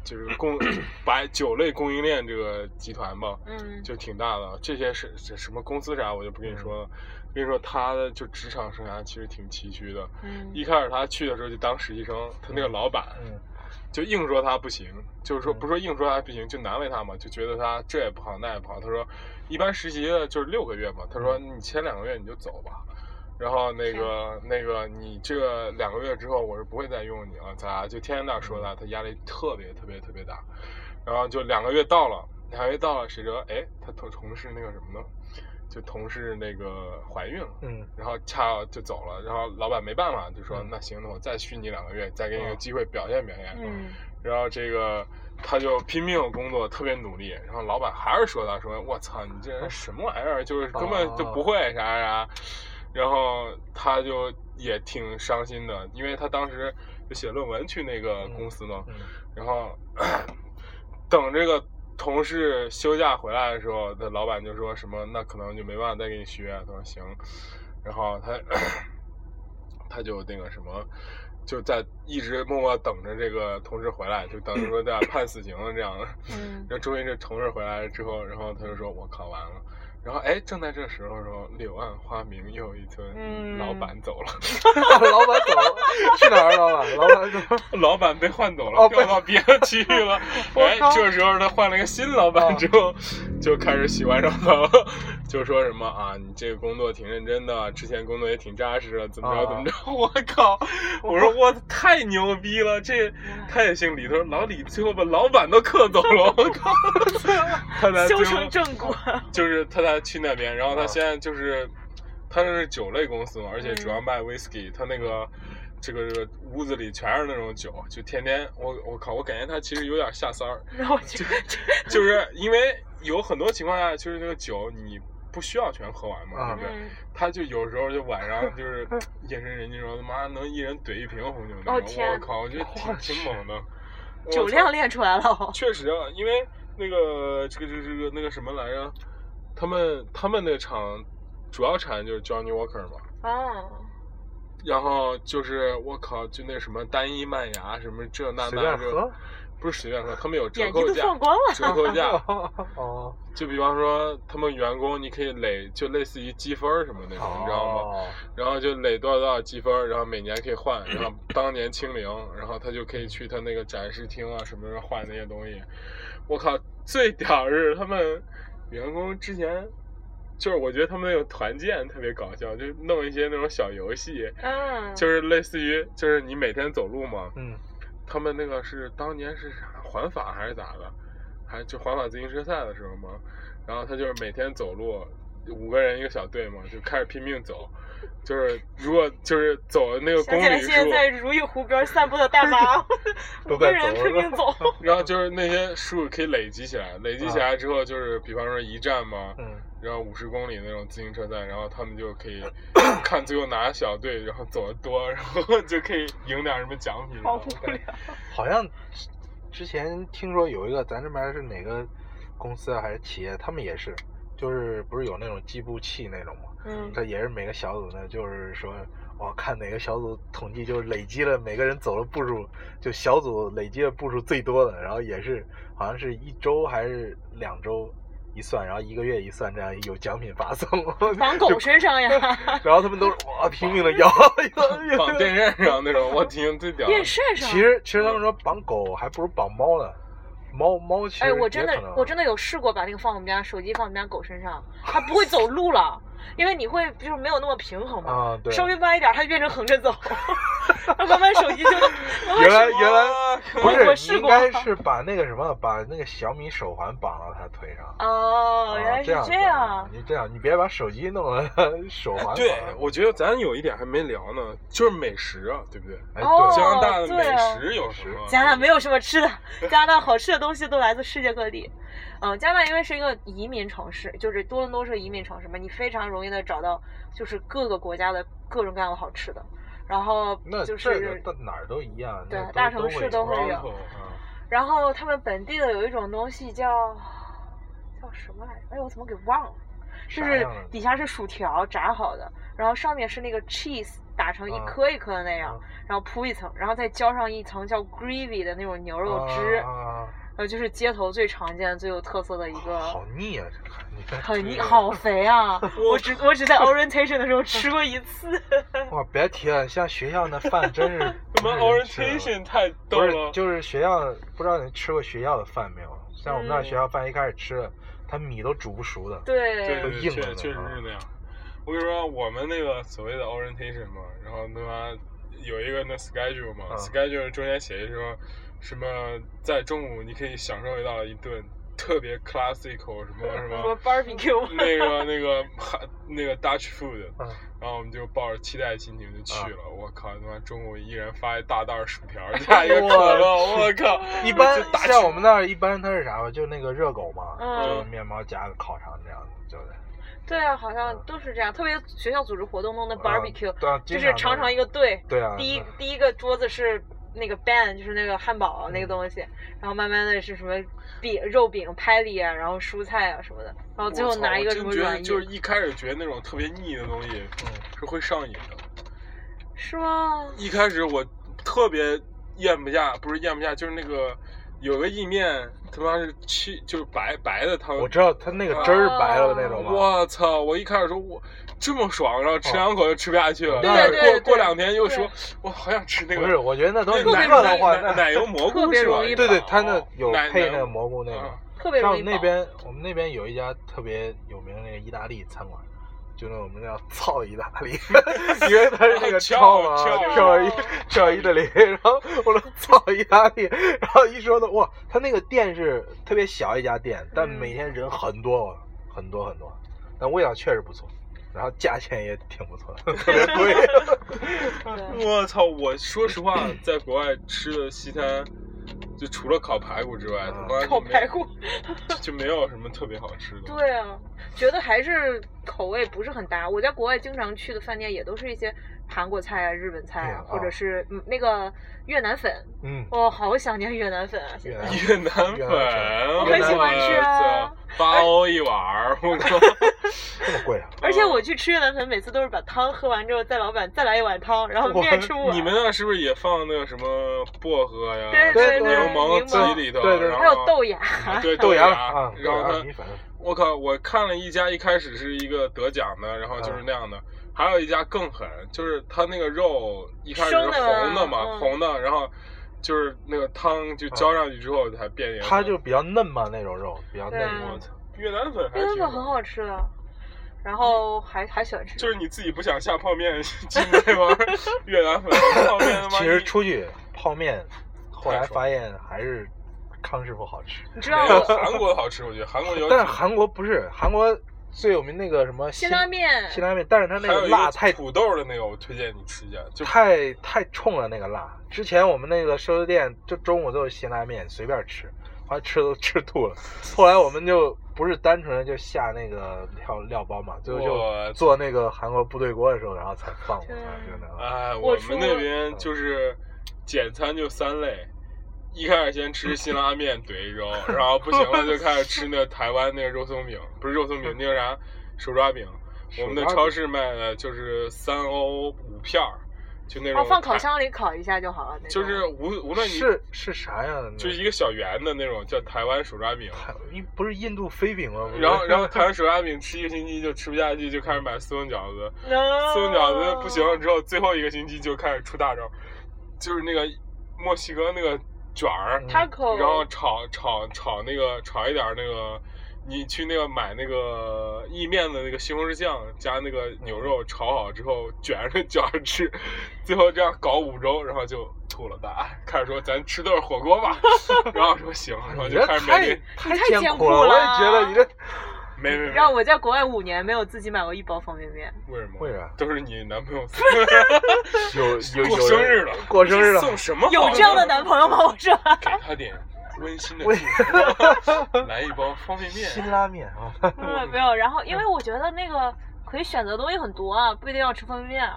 A: 就是供 白酒类供应链这个集团吧，
C: 嗯，
A: 就挺大的。这些是是什么公司啥，我就不跟你说了。跟你说，他的就职场生涯其实挺崎岖的。
C: 嗯
A: 一开始他去的时候就当实习生，他那个老板
B: 嗯
A: 就硬说他不行，就是说
B: 嗯
A: 不说硬说他不行，就难为他嘛，就觉得他这也不好那也不好。他说，一般实习的就是六个月嘛，他说
B: 嗯
A: 你前两个月你就走吧。然后那个那个，你这两个月之后我是不会再用你了，咱俩就天天那
B: 嗯
A: 说他，他压力特别特别特别大。然后就两个月到了，两个月到了，谁知道哎，他同同事那个什么呢？就同事那个怀孕了，
B: 嗯
A: 然后恰好就走了，然后老板没办法，就说、
B: 嗯
A: 那行，那我再续你两个月，再给你个
B: 嗯
A: 机会表现表现。
C: 嗯
A: 然后这个他就拼命工作，特别努力。然后老板还是说他说：“我操，你这人什么玩意儿？就是根本就不会啥啥。”然后他就也挺伤心的，因为他当时就写论文去那个公司嘛。
B: 嗯
A: 然后等这个同事休假回来的时候，他老板就说什么：“那可能就没办法再给你续约。”他说：“行。”然后他他就那个什么，就在一直默默等着这个同事回来，就等于说在判死刑了这样的。
C: 嗯
A: 然后终于这同事回来了之后，然后他就说：“我靠，完了。”然后哎，正在这时候的时候，柳暗花明又一村，
C: 嗯
A: 老板走了，
B: 老板走了，去哪儿？老板，老板走 了。
A: 老板被换走了，
B: 哦被
A: 调到别的区域了。哎
B: 我靠，
A: 这时候他换了个新老板之后，就开始喜欢上他了，就说什么啊，你这个工作挺认真的，之前工作也挺扎实的，怎么着
B: 啊
A: 怎么着。 我靠！我说我太牛逼了，这他也姓李，他说老李最后把老板都克走了，我 靠！他才最
C: 修
A: 后
C: 成正果。
A: 就是他才去那边，然后他
B: 啊
A: 现在就是，他是酒类公司嘛，而且
C: 嗯
A: 主要卖 whisky，他那个这个这个屋子里全是那种酒，就天天我我靠，我感觉他其实有点下 三儿，
C: 然后我觉得这
A: 就是因为有很多情况下，就是这个酒你不需要全喝完嘛，
B: 啊
A: 对不对？
C: 嗯
A: 他就有时候就晚上就是 夜深人静的时候，他妈能一人怼一瓶红酒
C: 哦
A: 那种，
C: 天
A: 我靠，我觉得挺
B: 我去
A: 挺猛的，我
C: 酒
A: 操
C: 量练出来了哦。
A: 确实啊，因为那个这个这个这个那个什么来着，他们他们那厂主要产的就是 Johnny Walker 嘛，
C: 啊，
A: 然后就是我靠，就那什么单一麦芽什么这那
B: 随
A: 那这
B: 便喝，
A: 不是随便喝，他们有折
C: 眼睛
A: 扣
C: 都
A: 价，
C: 放光了。
A: 折扣价，
B: 哦，
A: 就比方说他们员工你可以累，就类似于积分儿什么那种，你知道吗？
B: 哦？
A: 然后就垒多少多少积分儿，然后每年可以换，然后当年清零，然后他就可以去他那个展示厅啊什么的换那些东西。我靠，最屌是他们员工之前，就是我觉得他们那个团建特别搞笑，就弄一些那种小游戏，
C: 嗯，
A: 就是类似于就是你每天走路嘛，
B: 嗯，
A: 他们那个是当年是啥环法还是咋的，还就环法自行车赛的时候嘛，然后他就是每天走路，五个人一个小队嘛，就开始拼命走，就是如果就是走的那个
C: 想
A: 公
C: 起来
A: 里
C: 现在
A: 数，
C: 在如意湖边散步的大妈，五
B: 都
C: 个
B: 在
C: 人拼命走。
A: 然后就是那些数可以累积起来，累积起来之后就是比方说一站嘛，
B: 嗯，
A: 然后五十公里那种自行车赛，然后他们就可 以看最后哪个小队然后走的多，然后就可以赢点什么奖品。
C: 好无聊。
B: 好像之前听说有一个咱这边是哪个公司啊还是企业，他们也是，就是不是有那种计步器那种吗？
C: 嗯，
B: 这也是每个小组呢，就是说，我看哪个小组统计就是累积了每个人走的步数，就小组累积的步数最多的，然后也是好像是一周还是两周一算，然后一个月一算，这样有奖品发 送。
C: 绑狗身上呀，
B: 然后他们都是哇拼命的摇，
A: 绑电线上那种，我听最屌的。
C: 电扇上。
B: 其，实其实他们说绑狗还不如绑猫呢，猫猫其实
C: 哎，我真
B: 也可
C: 的
B: 能
C: 我真的有试过把那个放我们家手机放我们家狗身上，它不会走路了，因为你会就是没有那么平衡嘛，
B: 啊对，
C: 稍微歪一点它就变成横着 走，然后慢慢手机就慢慢
B: 原来
C: 手机
B: 原来不
C: 我
B: 是
C: 我试
B: 你应
C: 过
B: 该是把那个什么把那个小米手环绑到它腿上。
C: 哦，
B: 啊
C: 原来是
B: 这样子
C: 这样
B: 啊，你这样，你别把手机弄了手环。哎
A: 对，我觉得咱有一点还没聊呢，就是美食啊，对不对？
B: 哎
C: 哦
A: 加
B: 对，
A: 拿大的
C: 对
A: 美
C: 啊
A: 食有什么？
C: 加拿大没有什么吃的，加拿大好吃的东西都来自世界各地。嗯，加拿大因为是一个移民城市，就是多伦多是移民城市嘛，你非常容易的找到就是各个国家的各种各样的好吃的。然后
B: 那
C: 就
B: 这个
C: 是，
B: 到哪儿都一样。
C: 对
B: 那都啊
C: 大城市都会有
B: 有。
A: Toronto，
C: 然后他们本地的有一种东西叫叫什么来着？哎，我怎么给忘了？就
B: 啥
C: 是
B: 样的
C: 底下是薯条炸好的，然后上面是那个 cheese 打成一
B: 啊
C: 颗一颗的那样
B: 啊，
C: 然后铺一层，然后再浇上一层叫 gravy 的那种牛肉汁。
B: 啊啊啊
C: 呃，就是街头最常见、最有特色的一
B: 好
C: 个，
B: 腻啊！这个你看
C: 很腻好 肥啊！我只我只在 orientation 的时候吃过一次，
B: 哇，别提了，像学校那饭真是
A: 什么
B: 不是人吃的
A: orientation 太
B: 不
A: 逗
B: 是
A: 了，
B: 就是学校，不知道你吃过学校的饭没有？像我们那儿学校饭一开始吃的，它米都煮不熟的。
A: 对
C: 对，
A: 对，
B: 硬
A: 确
B: 了
A: 确实
B: 啊
A: 是那样。我跟你说，我们那个所谓的 orientation 嘛，然后他妈有一个那 schedule 嘛、
B: 嗯
A: s c h e d u l e 中间写一说什么，在中午你可以享受到一顿特别 classical 什么什
C: 什 么
A: 么
C: barbecue，
A: 那个那个韩那个 Dutch food，
B: 嗯
A: 然后我们就抱着期待的心情就
B: 啊
A: 去了。我靠，他妈中午一人发一大袋薯 条加一个可乐，我靠！
B: 一般
A: 就打
B: 像
A: 起
B: 我们那儿一般它是啥吧？就那个热狗嘛，
C: 嗯
B: 就是面包加个烤肠这样子，对不对？
C: 对啊，好像都是这样。特别学校组织活动弄的
B: 嗯
C: barbecue，、
B: 对嗯啊，
C: 就
B: 经
C: 是
B: 常都
C: 常常一个队，
B: 对啊，
C: 第一
B: 对
C: 第一个桌子是那个 ban，就是那个汉堡啊那个东西，然后慢慢的是什么饼、肉饼、拍里啊，然后蔬菜啊什么的，然后最后
A: 我操
C: 拿一个
A: 我
C: 什
A: 真
C: 么
A: 觉得
C: 软
A: 就是
C: 硬，
A: 一开始觉得那种特别腻的东西
B: 嗯
A: 是会上瘾的。
C: 是吗？
A: 一开始我特别咽不下，不是咽不下，就是那个有个意面，他妈是七，就是白白的汤。
B: 我知道它那个汁儿白了的那种嘛。
A: 我操！我一开始说我这么爽，然后吃两口就吃不下去了。
B: 哦对
A: 但是
C: 对
A: 过
C: 对
A: 过两天又
C: 对
A: 说，我好想吃那
B: 不是，
A: 个
B: 我觉得那都
A: 那
B: 是
A: 个
B: 你
A: 奶
B: 热的话，
A: 奶
B: 那
A: 奶油蘑
C: 特
A: 菇
C: 别
A: 是吧
C: 容？易
B: 对对，
C: 饱
B: 它那有
A: 奶
B: 配
A: 奶
B: 那个蘑菇那
A: 嗯
B: 个。
C: 特别
B: 像我
C: 容易
B: 们那
C: 饱。
B: 边，我们那边有一家特别有名的那个意大利餐馆，就那我们叫“操意大利”，因为它是那个
A: 翘
B: 跳嘛，
A: 翘
B: 跳意跳意大利，然后我说“操意大利”，然后一说的哇，他那个店是特别小一家店，但
C: 嗯
B: 每天人很多很多很多，但味道确实不错，然后价钱也挺不错的，特别 贵。
C: 对
A: 我操！我说实话，在国外吃的西餐，就除了烤排骨之外，他妈
C: 啊烤
A: 就没
C: 排骨，
A: 就没有什么特别好吃的。
C: 对啊，觉得还是口味不是很搭。我在国外经常去的饭店也都是一些韩国菜啊、日本菜啊，
B: 对啊
C: 或者是嗯那个越南粉。
B: 嗯，
C: 我、好想念越南粉啊！现
A: 哦
B: 越
C: 在
B: 南
A: 越南粉，
B: 我
C: 很喜欢吃啊
A: 我操八欧一碗儿，我 靠！
B: 这么贵啊？
C: 而且我去吃越南粉，每次都是把汤喝完之后，再老板再来一碗汤，然后面吃不完。
A: 你们那是不是也放那个什么薄荷呀、
C: 对
B: 对对
A: 柠檬挤里头，
B: 对对对
A: 然后
C: 还有豆芽，
A: 对
B: 豆
A: 芽
B: 芽啊，豆
A: 然
B: 芽
A: 后
B: 米
A: 它，
B: 粉，
A: 我靠，我看了一家，一开始是一个得奖的，然后就是
B: 嗯
A: 那样的。还有一家更狠，就是它那个肉一开始是
C: 生的嘛
A: 红的嘛，
C: 嗯
A: 红的，然后就是那个汤就浇上去之后才变颜色。
B: 它就比较嫩嘛，那种肉比较嫩
C: 对啊。
A: 我操，越南粉还
C: 越
A: 是
C: 南
A: 挺
C: 粉很好吃的，然后还还喜欢吃。
A: 就是你自己不想下泡面， 进那玩意儿越南粉泡面他妈一。
B: 其实出去泡面，后来发现还是康师傅好吃。
C: 你知道
A: 没有
C: 我
A: 韩国好吃，我觉得韩国有
B: 但是韩国不是韩国最有名那个什么
C: 辛拉，面，
B: 辛拉面，但是它那
A: 还有
B: 个
A: 一
B: 辣太
A: 土豆的那个，我推荐你吃一下，就
B: 太太冲了，那个辣。之前我们那个寿司店就中午都是辛拉面，随便吃，后来吃都 吃吐了。后来我们就不是单纯的就下那个料料包嘛，最后
A: 我
B: 就做那个韩国部队锅的时候，然后才放过
C: 天啊
B: 就那个。
A: 哎，
C: 我
A: 我
C: 出
A: 们那
C: 嗯
A: 边就是简餐就三类，一开始先 吃辛拉面怼一周，然后不行了就开始吃那台湾那个肉松饼，不是肉松 饼，那个啥手抓饼。我们的超市卖的就是三欧五片儿，就那种、
C: 哦，放烤，箱里烤一下就好了。那种
A: 就是无无论你
B: 是是啥呀？
A: 就一个小圆的那种叫台湾手抓饼。
B: 还一不是印度飞饼吗？不是
A: 然后，然后 台湾手抓饼吃一个星期就吃不下去，就开始买速冻饺子。
C: No
A: 速冻饺子不
C: 哦
A: 行了之后，最后一个星期就开始出大招，就是那个墨西哥那个卷儿，
B: 嗯
C: ，taco，
A: 然后炒炒炒那个炒一点儿那个，你去那个买那个意面的那个西红柿酱加那个牛肉炒好之后卷着卷着吃，最后这样搞五周，然后就吐了大家开始说咱吃顿火锅 吧，然后说行，然后
B: 你
A: 就
B: 这
A: 开始每
B: 太
A: 天
C: 你太艰
B: 艰
C: 苦
B: 了，我也
C: 了
B: 觉得你这
A: 没没没，
C: 让我在国外五年没有自己买过一包方便面，
A: 为什么？
B: 为啥
A: 都是你男朋友
B: 啊 有有
A: 过
B: 有
A: 生
B: 人
A: 日了，
B: 过生日了
A: 送什么好
C: 有这样的男朋友吗？ 我 说，
A: 给他点温馨的
B: 温
A: 祝福， 来一包方便
B: 辛
A: 面。
B: 拉面啊，
C: 嗯，没有。然后因为我觉得那个可以选择的东西很多啊，不一定要吃方便面，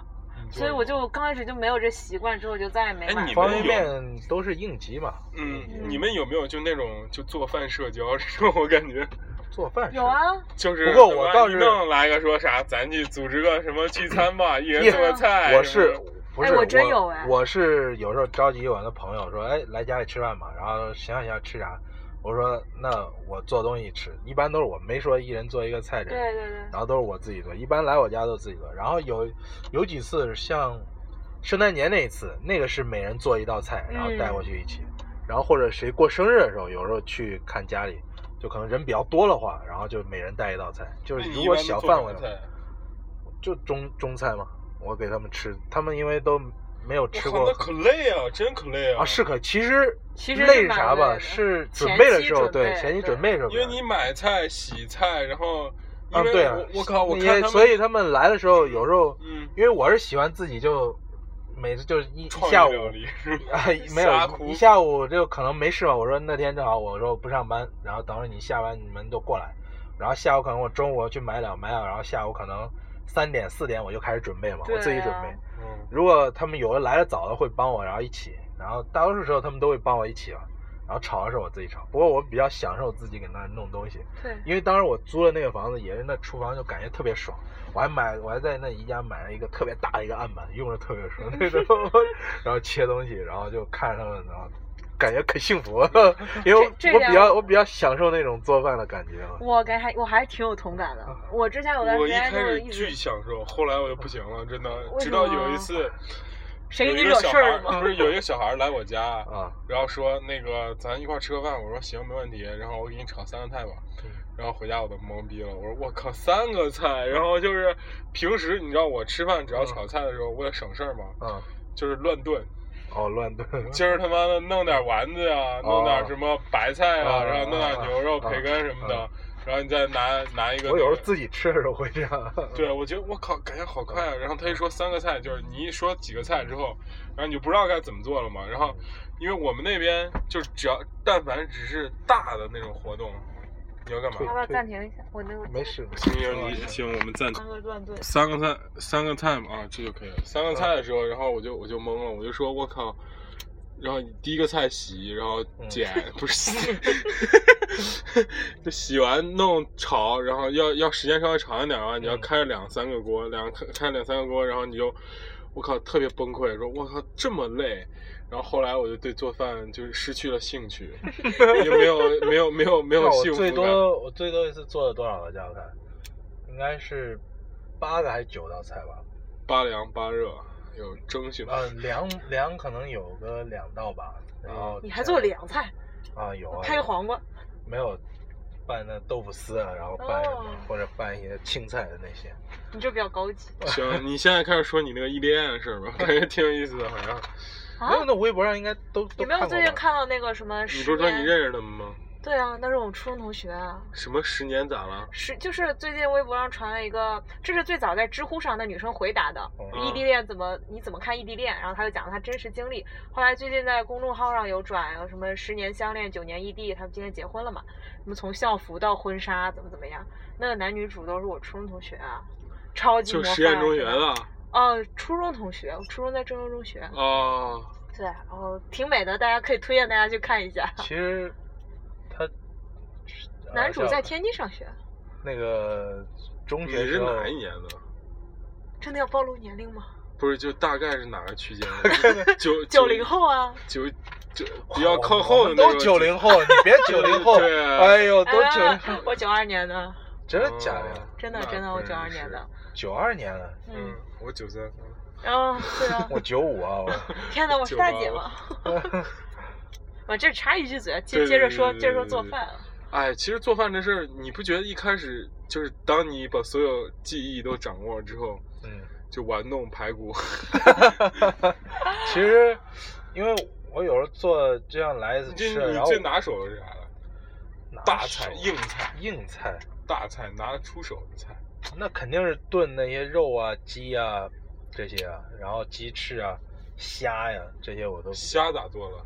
C: 所以我就刚开始就没有这习惯，之后就再也没
A: 哎
C: 买
A: 你
C: 过。
A: 们
B: 方便面都是应急嘛，
A: 嗯，你们有没有就那种就做饭社交这种？我感觉
B: 做饭是
C: 有，啊，
A: 就是
B: 不过我
A: 他妈
B: 倒
A: 一
B: 是
A: 弄来个说啥，咱去组织个什么聚餐 吧，一人做个菜。
B: 我
A: 什么
B: 是
A: 的
B: 不
C: 哎
B: 是
C: 我真有哎
B: 我是有时候着急，我的朋友说，哎，来家里吃饭吧，然后想想要吃啥，我说那我做东西吃，一般都是我没说一人做一个菜这
C: 对
B: 种，
C: 对对，
B: 然后都是我自己做，一般来我家都自己做，然后有有几次像圣诞节那一次，那个是每人做一道菜，然后带过去一起，
C: 嗯
B: 然后或者谁过生日的时候，有时候去看家里。就可能人比较多的话，然后就每人带一道菜，就
A: 那
B: 是
A: 你
B: 如
A: 一
B: 果
A: 般
B: 小
A: 做什
B: 范
A: 么
B: 围的话
A: 菜
B: 就中中餐嘛，我给他们吃，他们因为都没有吃
A: 我
B: 过
A: 靠那可累啊，真可累啊！
B: 啊，是可其实
C: 其实
B: 累
C: 是
B: 是
C: 蛮
B: 啥
C: 累
B: 吧？
C: 的
B: 是准
C: 前
B: 备的
C: 期
B: 时候，
C: 准
B: 对
C: 备
B: 前期
C: 对
B: 准备的时候比
A: 因
B: 较累，
A: 为你买菜、洗菜，然后
B: 啊
A: 因为
B: 对啊
A: 我我靠，我
B: 那
A: 看
B: 些
A: 他们
B: 所以他们来的时候，有时候
A: 嗯，
B: 因为我是喜欢自己就每次就是一一
A: 创意
B: 下
A: 料
B: 午
A: 理是吧
B: 啊，没
A: 瞎
B: 有
A: 胡
B: 一下午就可能没事嘛。我说那天正好，我说我不上班，然后等会儿你下班你们就过来，然后下午可能我中午去买两买两，然后下午可能三点四点我就开始准备嘛，我自己
C: 对
B: 准
C: 啊
B: 备。
A: 嗯
B: 如果他们有的来的早的会帮我，然后一起，然后大多数时候他们都会帮我一起嘛。然后吵的时候我自己吵，不过我比较享受自己给那儿弄东西，
C: 对，
B: 因为当时我租的那个房子也是那厨房就感觉特别爽，我还买我还在那宜家买了一个特别大的一个案板，用着特别爽那 种，然后切东西，然后就看着他们，然后感觉可幸福了， 因为我
C: 这
B: 我
C: 这
B: 比
C: 样
B: 较我比较享受那种做饭的感觉啊嘛。
C: 我感觉还我还是挺有同感的。我之前有段时
A: 啊我一开
C: 间就是
A: 始
C: 一
A: 巨
C: 直
A: 享受，后来我就不行了，真的。
C: 为
A: 直
C: 什么
A: 到有一次，
C: 谁
A: 有
C: 给
A: 一
C: 你
A: 个
C: 惹
A: 小
C: 事
A: 孩
C: 儿了
A: 儿，
C: 吗？
A: 不是有一个小孩儿来我家，
B: 啊，
A: 然后说那个咱一块儿吃个饭，我说行，没问题。然后我给你炒三个菜吧
B: 嗯，
A: 然后回家我都懵逼了，我说我靠三个菜，然后就是平时你知道我吃饭只要
B: 嗯
A: 炒菜的时候，为了省事儿嘛，
B: 嗯，
A: 就是乱炖，
B: 哦，乱炖，
A: 今儿他妈的弄点丸子呀，弄
B: 哦
A: 点什么白菜
B: 啊
A: 啊，然后弄
B: 啊
A: 点牛肉、
B: 啊
A: 培根什么的
B: 啊，
A: 然后你再拿拿一个那个。
B: 我有时候自己吃的时候会这样。
A: 对，我觉得我靠，感觉好快啊！然后他一说三个菜，就是你一说几个菜之后，然后你就不知道该怎么做了嘛。然后，因为我们那边就是只要但凡只是大的那种活动，你要干
B: 对
C: 要
A: 嘛？
C: 不要暂停一下？我那个
B: 没事，
A: 行行行，我们暂停
C: 三个乱炖，
A: 三个菜，三个菜嘛啊，这就可以了。三个
B: 嗯
A: 菜的时候，然后我就我就懵了，我就说我靠，然后第一个菜洗，然后
B: 嗯
A: 剪、不是 洗，就洗完弄炒，然后要要时间稍微长一点啊，你要
B: 嗯
A: 开两三个锅，两开开两三个锅，然后你就我靠特别崩溃，说我靠这么累。然后后来我就对做饭就是失去了兴趣，也没有没有没有没
B: 那
A: 有
B: 我
A: 幸福
B: 最
A: 感。
B: 多我最多一次做了多少个？想想看，应该是八个还是九道菜吧？
A: 八凉八热，有蒸醒。
B: 呃，凉凉可能有个两道吧。然后
C: 你还做凉菜，
B: 啊？有啊。
C: 拍个黄瓜，
B: 没有拌那豆腐丝啊，然后拌什么、
C: 哦
B: 或者拌一些青菜的那些。
C: 你这比较高级
A: 行，你现在开始说你那个异地恋的事儿吧， 感觉挺有意思的，好像。
C: 啊
B: 没？有，那微博上应该都都
C: 有没有
B: 看过
C: 最近
B: 吧
C: 看到那个什么
A: 你
C: 十
A: 不是说你
C: 年？
A: 认识他们吗？
C: 对啊，那是我们初中同学啊。
A: 什么十年咋了？啊
C: 是，就是最近微博上传了一个，这是最早在知乎上的女生回答的，
A: 啊
B: 嗯
C: 异地恋怎么你怎么看异地恋？然后她就讲了她真实经历。后来最近在公众号上有转，有什么十年相恋，九年异地，他们今天结婚了嘛？什么从校服到婚纱，怎么怎么样？那个男女主都是我初中同学啊，超级
A: 就
C: 模范。
A: 实验中学
C: 真的。
A: 了
C: 哦，初中同学，我初中在郑州中学。
A: 哦，
C: 对，然后挺美的，大家可以推荐大家去看一下。
B: 其实他呃
C: 男主
B: 叫
C: 在天津上学，
B: 那个中
A: 你
B: 学
A: 是
B: 时候
A: 哪一年的？
C: 真的要暴露年龄吗？
A: 不是，就大概是哪个区间？ 九
C: 九零，后啊。
A: 九九比较靠
B: 我
A: 后的
B: 们
A: 那
B: 都
A: 种。
B: 九零后，你别九零 后，
A: 对啊
B: 哎呦，都
C: 哎
B: 九零后，
C: 我九二年的，
B: 真的假的？呀？
A: 哦
C: 真的
A: 那
C: 真的，我
A: 不
C: 九二
A: 认
C: 年
A: 识
C: 的。
B: 九二年了，，
A: 嗯
C: 嗯，，
A: 我九三。
C: 然后对 啊
B: 我九 五啊，我
C: 天哪，我是大姐吗？我这插一句嘴，接接着说，
A: 对对对
C: 接着说
A: 对
C: 做
A: 对
C: 饭。啊
A: 哎，其实做饭这事儿，你不觉得一开始就是当你把所有技艺都掌握了之后，
B: 嗯，
A: 就玩弄排骨？
B: 其实因为我有时候做这样来一次
A: 你
B: 吃，
A: 这
B: 然
A: 你
B: 后
A: 最拿手的是啥呀？
B: 拿
A: 大
B: 手
A: 菜硬菜。
B: 硬菜，
A: 大菜拿得出手的菜。
B: 那肯定是炖那些肉啊、鸡啊这些啊，然后鸡翅啊、虾呀、这些我都，
A: 虾咋做的？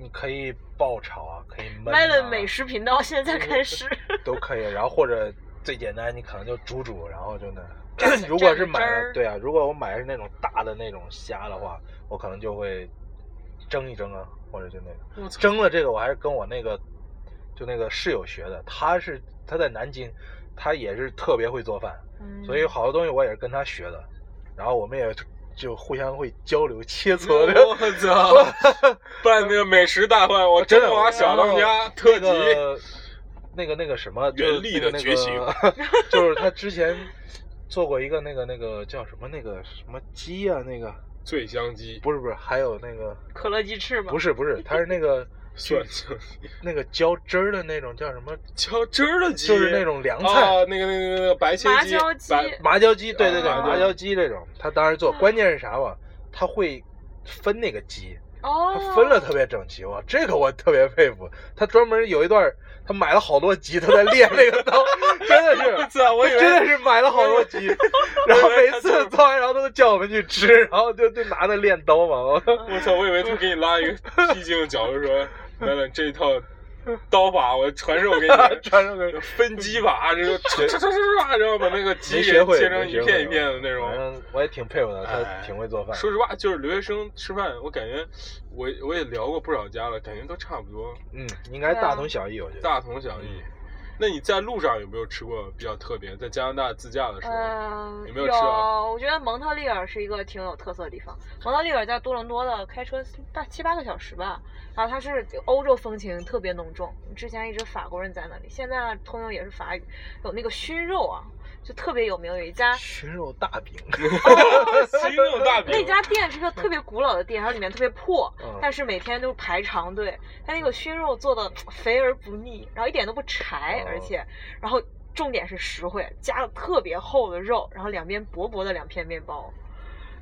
B: 你可以爆炒啊，可以焖、啊，
C: 麦伦美食频道现在开始，
B: 都可以，然后或者最简单，你可能就煮煮，然后就那
C: 蘸。
B: 如果是买
C: 蘸个汁
B: 的，
C: 儿
B: 对啊，如果我买的是那种大的那种虾的话，我可能就会蒸一蒸啊，或者就那个。
A: 我操！
B: 蒸了这个，我还是跟我那个就那个室友学的，他是他在南京，他也是特别会做饭，
C: 嗯
B: 所以好多东西我也是跟他学的，然后我们也就互相会交流切
A: 嗯
B: 磋的。
A: 我操！办那个美食大会，我
B: 真
A: 真
B: 的，
A: 华小当家特
B: 那
A: 辑，
B: 个那个那个什么，就是
A: 原力的
B: 那个
A: 觉醒，
B: 那个 就是他之前做过一个那个那个叫什么那个什么鸡啊，那个
A: 醉香鸡，
B: 不是不是，还有那个
C: 可乐鸡翅嘛
B: 不，是不是，他是那个
A: 蒜香鸡，
B: 那个浇汁儿的那种叫什么，
A: 敲汁儿的鸡，
B: 就是那种凉菜。
A: 啊，那个那个那个白切
C: 麻
A: 鸡
C: 椒鸡，
A: 白
B: 麻椒鸡，对对对，
A: 啊
B: 麻椒鸡这种，他当时做，关键是啥吧？他会分那个鸡，他
C: 哦，
B: 分了特别整齐，我这个我特别佩服。他专门有一段儿，他买了好多鸡，他在练那 个刀，真的
A: 我
B: 是。
A: 操！ 我以为
B: 真的是买了好多 鸡，然后
A: 我以为
B: 每
A: 他就
B: 次做完，然后都叫我们去吃，然后就就拿那练刀嘛。我
A: 我操！我以为他给你拉一个僻静的角度说，来来这一套刀法我传授给 你，
B: 穿上个
A: 哎分击法，这 个唰唰唰唰唰，然后把那个鸡
B: 没
A: 给
B: 学会，
A: 切成
B: 没
A: 一
B: 学
A: 片
B: 会
A: 一片的那种
B: 反。正我也挺佩服他，
A: 哎
B: 他挺会做饭。
A: 说实话，就是留学生吃饭，我感觉我我也聊过不少家了，感觉都差不多，
B: 嗯，应该
C: 对啊
B: 大同小异，我觉得。
A: 大同小异。
B: 嗯
A: 那你在路上有没有吃过比较特别？在加拿大自驾的时候，
C: 嗯，
A: 有没有吃啊
C: 我觉得蒙特利尔是一个挺有特色的地方。蒙特利尔在多伦多的开车大七八个小时吧，然后它是欧洲风情特别浓重。之前一直法国人在那里，现在通用也是法语，有那个熏肉啊，就特别有名。有一家
B: 熏肉大 饼，
A: 熏肉大饼
C: 那家店是个特别古老的店，然后里面特别破，
B: 嗯
C: 但是每天都排长队。它那个熏肉做的肥而不腻，然后一点都不柴
B: 哦，
C: 而且，然后重点是实惠，加了特别厚的肉，然后两边薄薄的两片面包，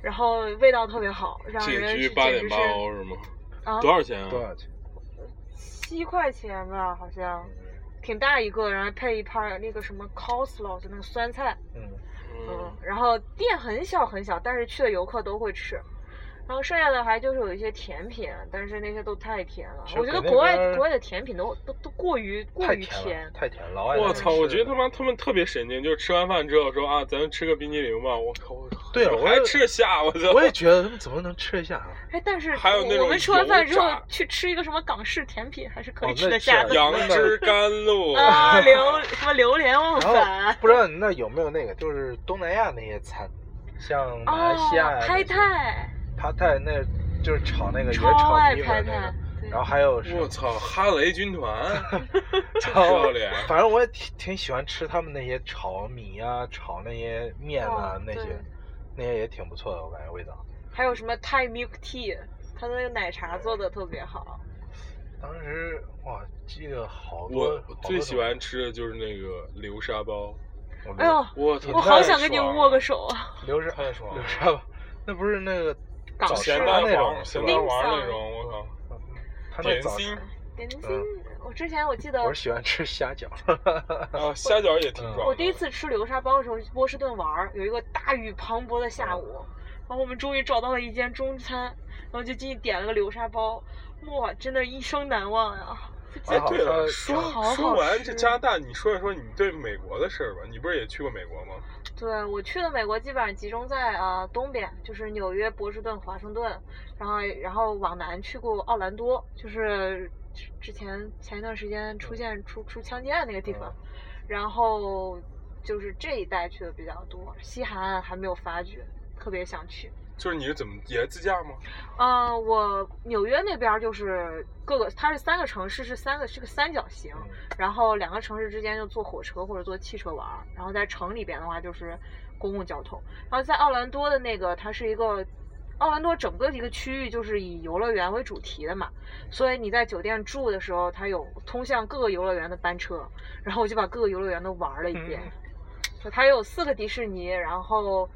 C: 然后味道特别好，让
A: 这
C: 人
A: 局
C: 是
A: 八
C: 简
A: 点
C: 直
A: 八
C: 是
A: 欧是吗？
C: 啊
A: 多少钱啊？
B: 多少钱？
C: 七块钱吧，好像挺大一个，然后配一盘儿那个什么 coleslaw 就那个酸菜，
B: 嗯，
A: 嗯
C: 嗯，，然后店很小很小，但是去的游客都会吃。然后剩下的还就是有一些甜品，但是那些都太甜了
B: 其。实
C: 我觉得
B: 给那
C: 国外
B: 边儿
C: 国外的甜品都都都过于过
B: 太
C: 于
B: 甜了，
C: 甜。
B: 太甜了。老爱
A: 我
B: 来
A: 操！
B: 吃
A: 我觉得他
B: 了
A: 妈他们特别神经，就是吃完饭之后说啊，咱们吃个冰激凌吧。我靠！我
B: 对啊
A: 我
B: 我
A: 还
B: 也
A: 吃得下，我 操！
B: 我也觉得他们怎么能吃得下啊？
C: 哎，但是
A: 还有那
C: 我
A: 种
C: 我们吃完饭之后
A: 油炸
C: 去吃一个什么港式甜品，还是可
B: 哦
C: 以吃
B: 那
C: 得
B: 是
C: 下的。
A: 杨枝甘露
C: 啊，榴什么榴莲忘
B: 然
C: 返
B: 后不知道你那有没有那个，就是东南亚那些餐，像马来西亚
C: 哦
B: 呀、
C: 拍泰，
B: 帕泰那，就是炒那个也
C: 超
B: 炒
C: 爱
B: 米
C: 拍
B: 粉那
C: 泰
B: 个，。
C: 对
B: 然后还有是
A: 我操！哈雷军团，
B: 炒
A: 漂亮
B: 反正我也挺挺喜欢吃他们那些炒米啊、炒那些面啊、
C: 哦
B: 那
C: 对
B: 些，那些也挺不错的，我感觉味道。
C: 还有什么 Thai milk tea，它的那个奶茶做的特别好。
B: 当时哇，记得好多
A: 我最喜欢，吃的就是那个流沙包。
B: 好多种
C: 哎呦，
A: 我操！
C: 我好想跟你握个手啊！
B: 流 沙
A: 太爽了
B: 流沙吧，那不是那个
C: 港
B: 早
C: 式
B: 茶
A: 咸
C: 的
A: 蛋
B: 那
A: 黄，
B: 种
A: 咸
B: 是
A: 蛋
B: 吧？
A: 黄那种，我靠！
B: 他那
A: 点
B: 早
A: 心
B: 茶，
C: 点心，我之前我记得
B: 嗯我是喜欢吃虾饺，
A: 啊，虾饺也挺爽的。
C: 我第一次吃流沙包的时候，去波士顿玩儿，有一个大雨磅礴的
B: 嗯
C: 下午，然后我们终于找到了一间中餐，然后就进去点了个流沙包，哇，真的一生难忘啊呀、
A: 哎
B: 还，好
A: 对了，
B: 它
A: 说
C: 好好
A: 说完
C: 吃
A: 这加拿大，你说一说你对美国的事儿吧。你不是也去过美国吗？
C: 对我去的美国基本上集中在啊、呃东边，就是纽约、波士顿、华盛顿，然后然后往南去过奥兰多，就是之之前前一段时间出现出出枪击案那个地方，然后就是这一带去的比较多，西海岸还没有发掘，特别想去。
A: 就是你是怎么也是自驾吗？
C: 嗯、我纽约那边儿就是各个，它是三个城市，是三个是个三角形，
B: 嗯
C: 然后两个城市之间就坐火车或者坐汽车玩儿，然后在城里边的话就是公共交通。然后在奥兰多的那个，它是一个奥兰多整个一个区域就是以游乐园为主题的嘛，所以你在酒店住的时候，它有通向各个游乐园的班车，然后我就把各个游乐园都玩儿了一遍。
A: 嗯
C: 就它有四个迪士尼，然后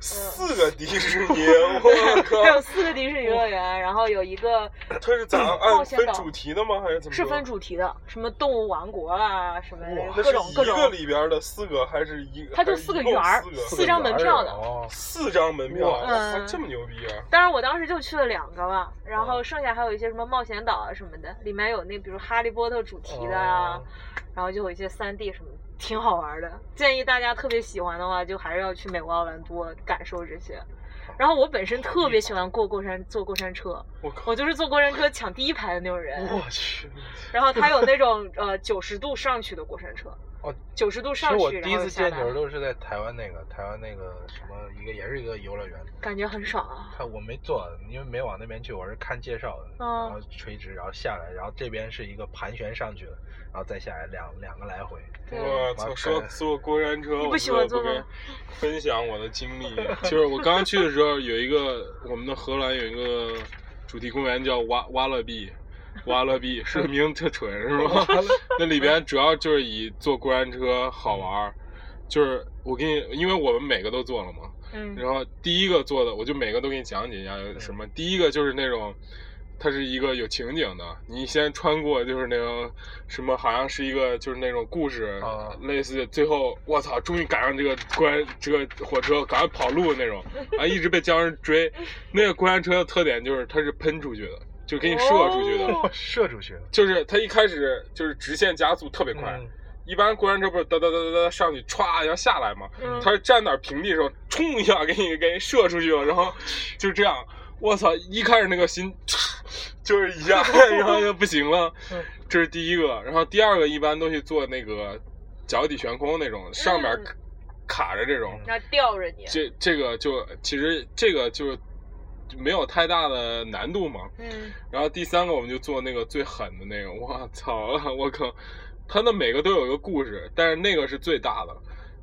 A: 四个迪士 尼，我
C: 它有
A: 靠！
C: 四个迪士尼游乐园，然后有一个
A: 它是咋
C: 冒
A: 按
C: 险
A: 分
C: 岛
A: 主题的吗？还是怎么
C: 是
A: 着？
C: 分主题的，什么动物王国啊，什么
B: 哇
A: 那
C: 各
A: 是
C: 种各
A: 一
C: 种，
A: 个里边的四个还是一个？
C: 它就
A: 还是
C: 四个
A: 一共
C: 园儿
A: 四
C: 四
A: 个
C: 张门票的
B: 哦，
A: 四张门票，我
C: 嗯
A: 操，这么牛逼啊！
C: 当然，我当时就去了两个嘛，然后
B: 哦
C: 剩下还有一些什么冒险岛啊什么的，里面有那比如《哈利波特》主题的啊，
B: 哦
C: 然后就有一些三 D 什么的，挺好玩的。建议大家特别喜欢的话，就还是要去美国奥兰多感受这些。然后我本身特别喜欢过过山坐过山车，
A: 我靠！
C: 我就是坐过山车抢第一排的那种人。
B: 哦我去，
C: 然后它有 那种呃九十度上去的过山车，
B: 哦，
C: 九十度
B: 其实
C: 上
B: 我
C: 去，
B: 第
C: 然
B: 一
C: 后又
B: 次
C: 下
B: 见
C: 来
B: 牛，肉是在台湾那个，台湾那个什么一个也是一个游乐园，
C: 感觉很爽啊。
B: 看我没坐，因为没往那边去，我是看介绍的，
C: 嗯
B: 然后垂直，然后下来，然后这边是一个盘旋上去的，然后再下来两两个来回，
C: 对
A: 我操！说坐过山车，
C: 你不
A: 我
C: 喜欢
A: 不得
C: 坐
A: 不
C: 吗
A: 跟 分享我的经 历，就是我刚去的时候，有一个我们的荷兰有一个主题公园叫瓦瓦勒比，瓦勒 比是个名特蠢是吧？那里边主要就是以坐过山车好玩儿，就是我给你，因为我们每个都坐了嘛，
C: 嗯
A: 然后第一个做的，我就每个都给你讲解一下
B: 嗯
A: 有什么。第一个就是那种，它是一个有情景的，你先穿过就是那种什么，好像是一个就是那种故事，
B: 啊
A: 类似最后我操，终于赶上这个关这个火车，赶快跑路 那种，啊，一直被僵尸追。那个过山车的特点就是它是喷出去的，就给你射出去的，
C: 哦
B: 我射出去了，
A: 就是它一开始就是直线加速特别快。
B: 嗯
A: 一般过山车不是哒哒哒哒哒上去歘要下来嘛，
C: 嗯
A: 他是站哪儿平地的时候，冲一下给你给你射出去了，然后就这样，我操！一开始那个心 就是一下，然后就不行了
B: 嗯。
A: 这是第一个，然后第二个一般都去做那个脚底悬空那种，上面
C: 嗯
A: 卡卡着这种。
C: 那吊着你，
A: 这这个就其实这个就就没有太大的难度嘛，
C: 嗯，
A: 然后第三个我们就做那个最狠的那个，我操，我靠，他那每个都有一个故事，但是那个是最大的，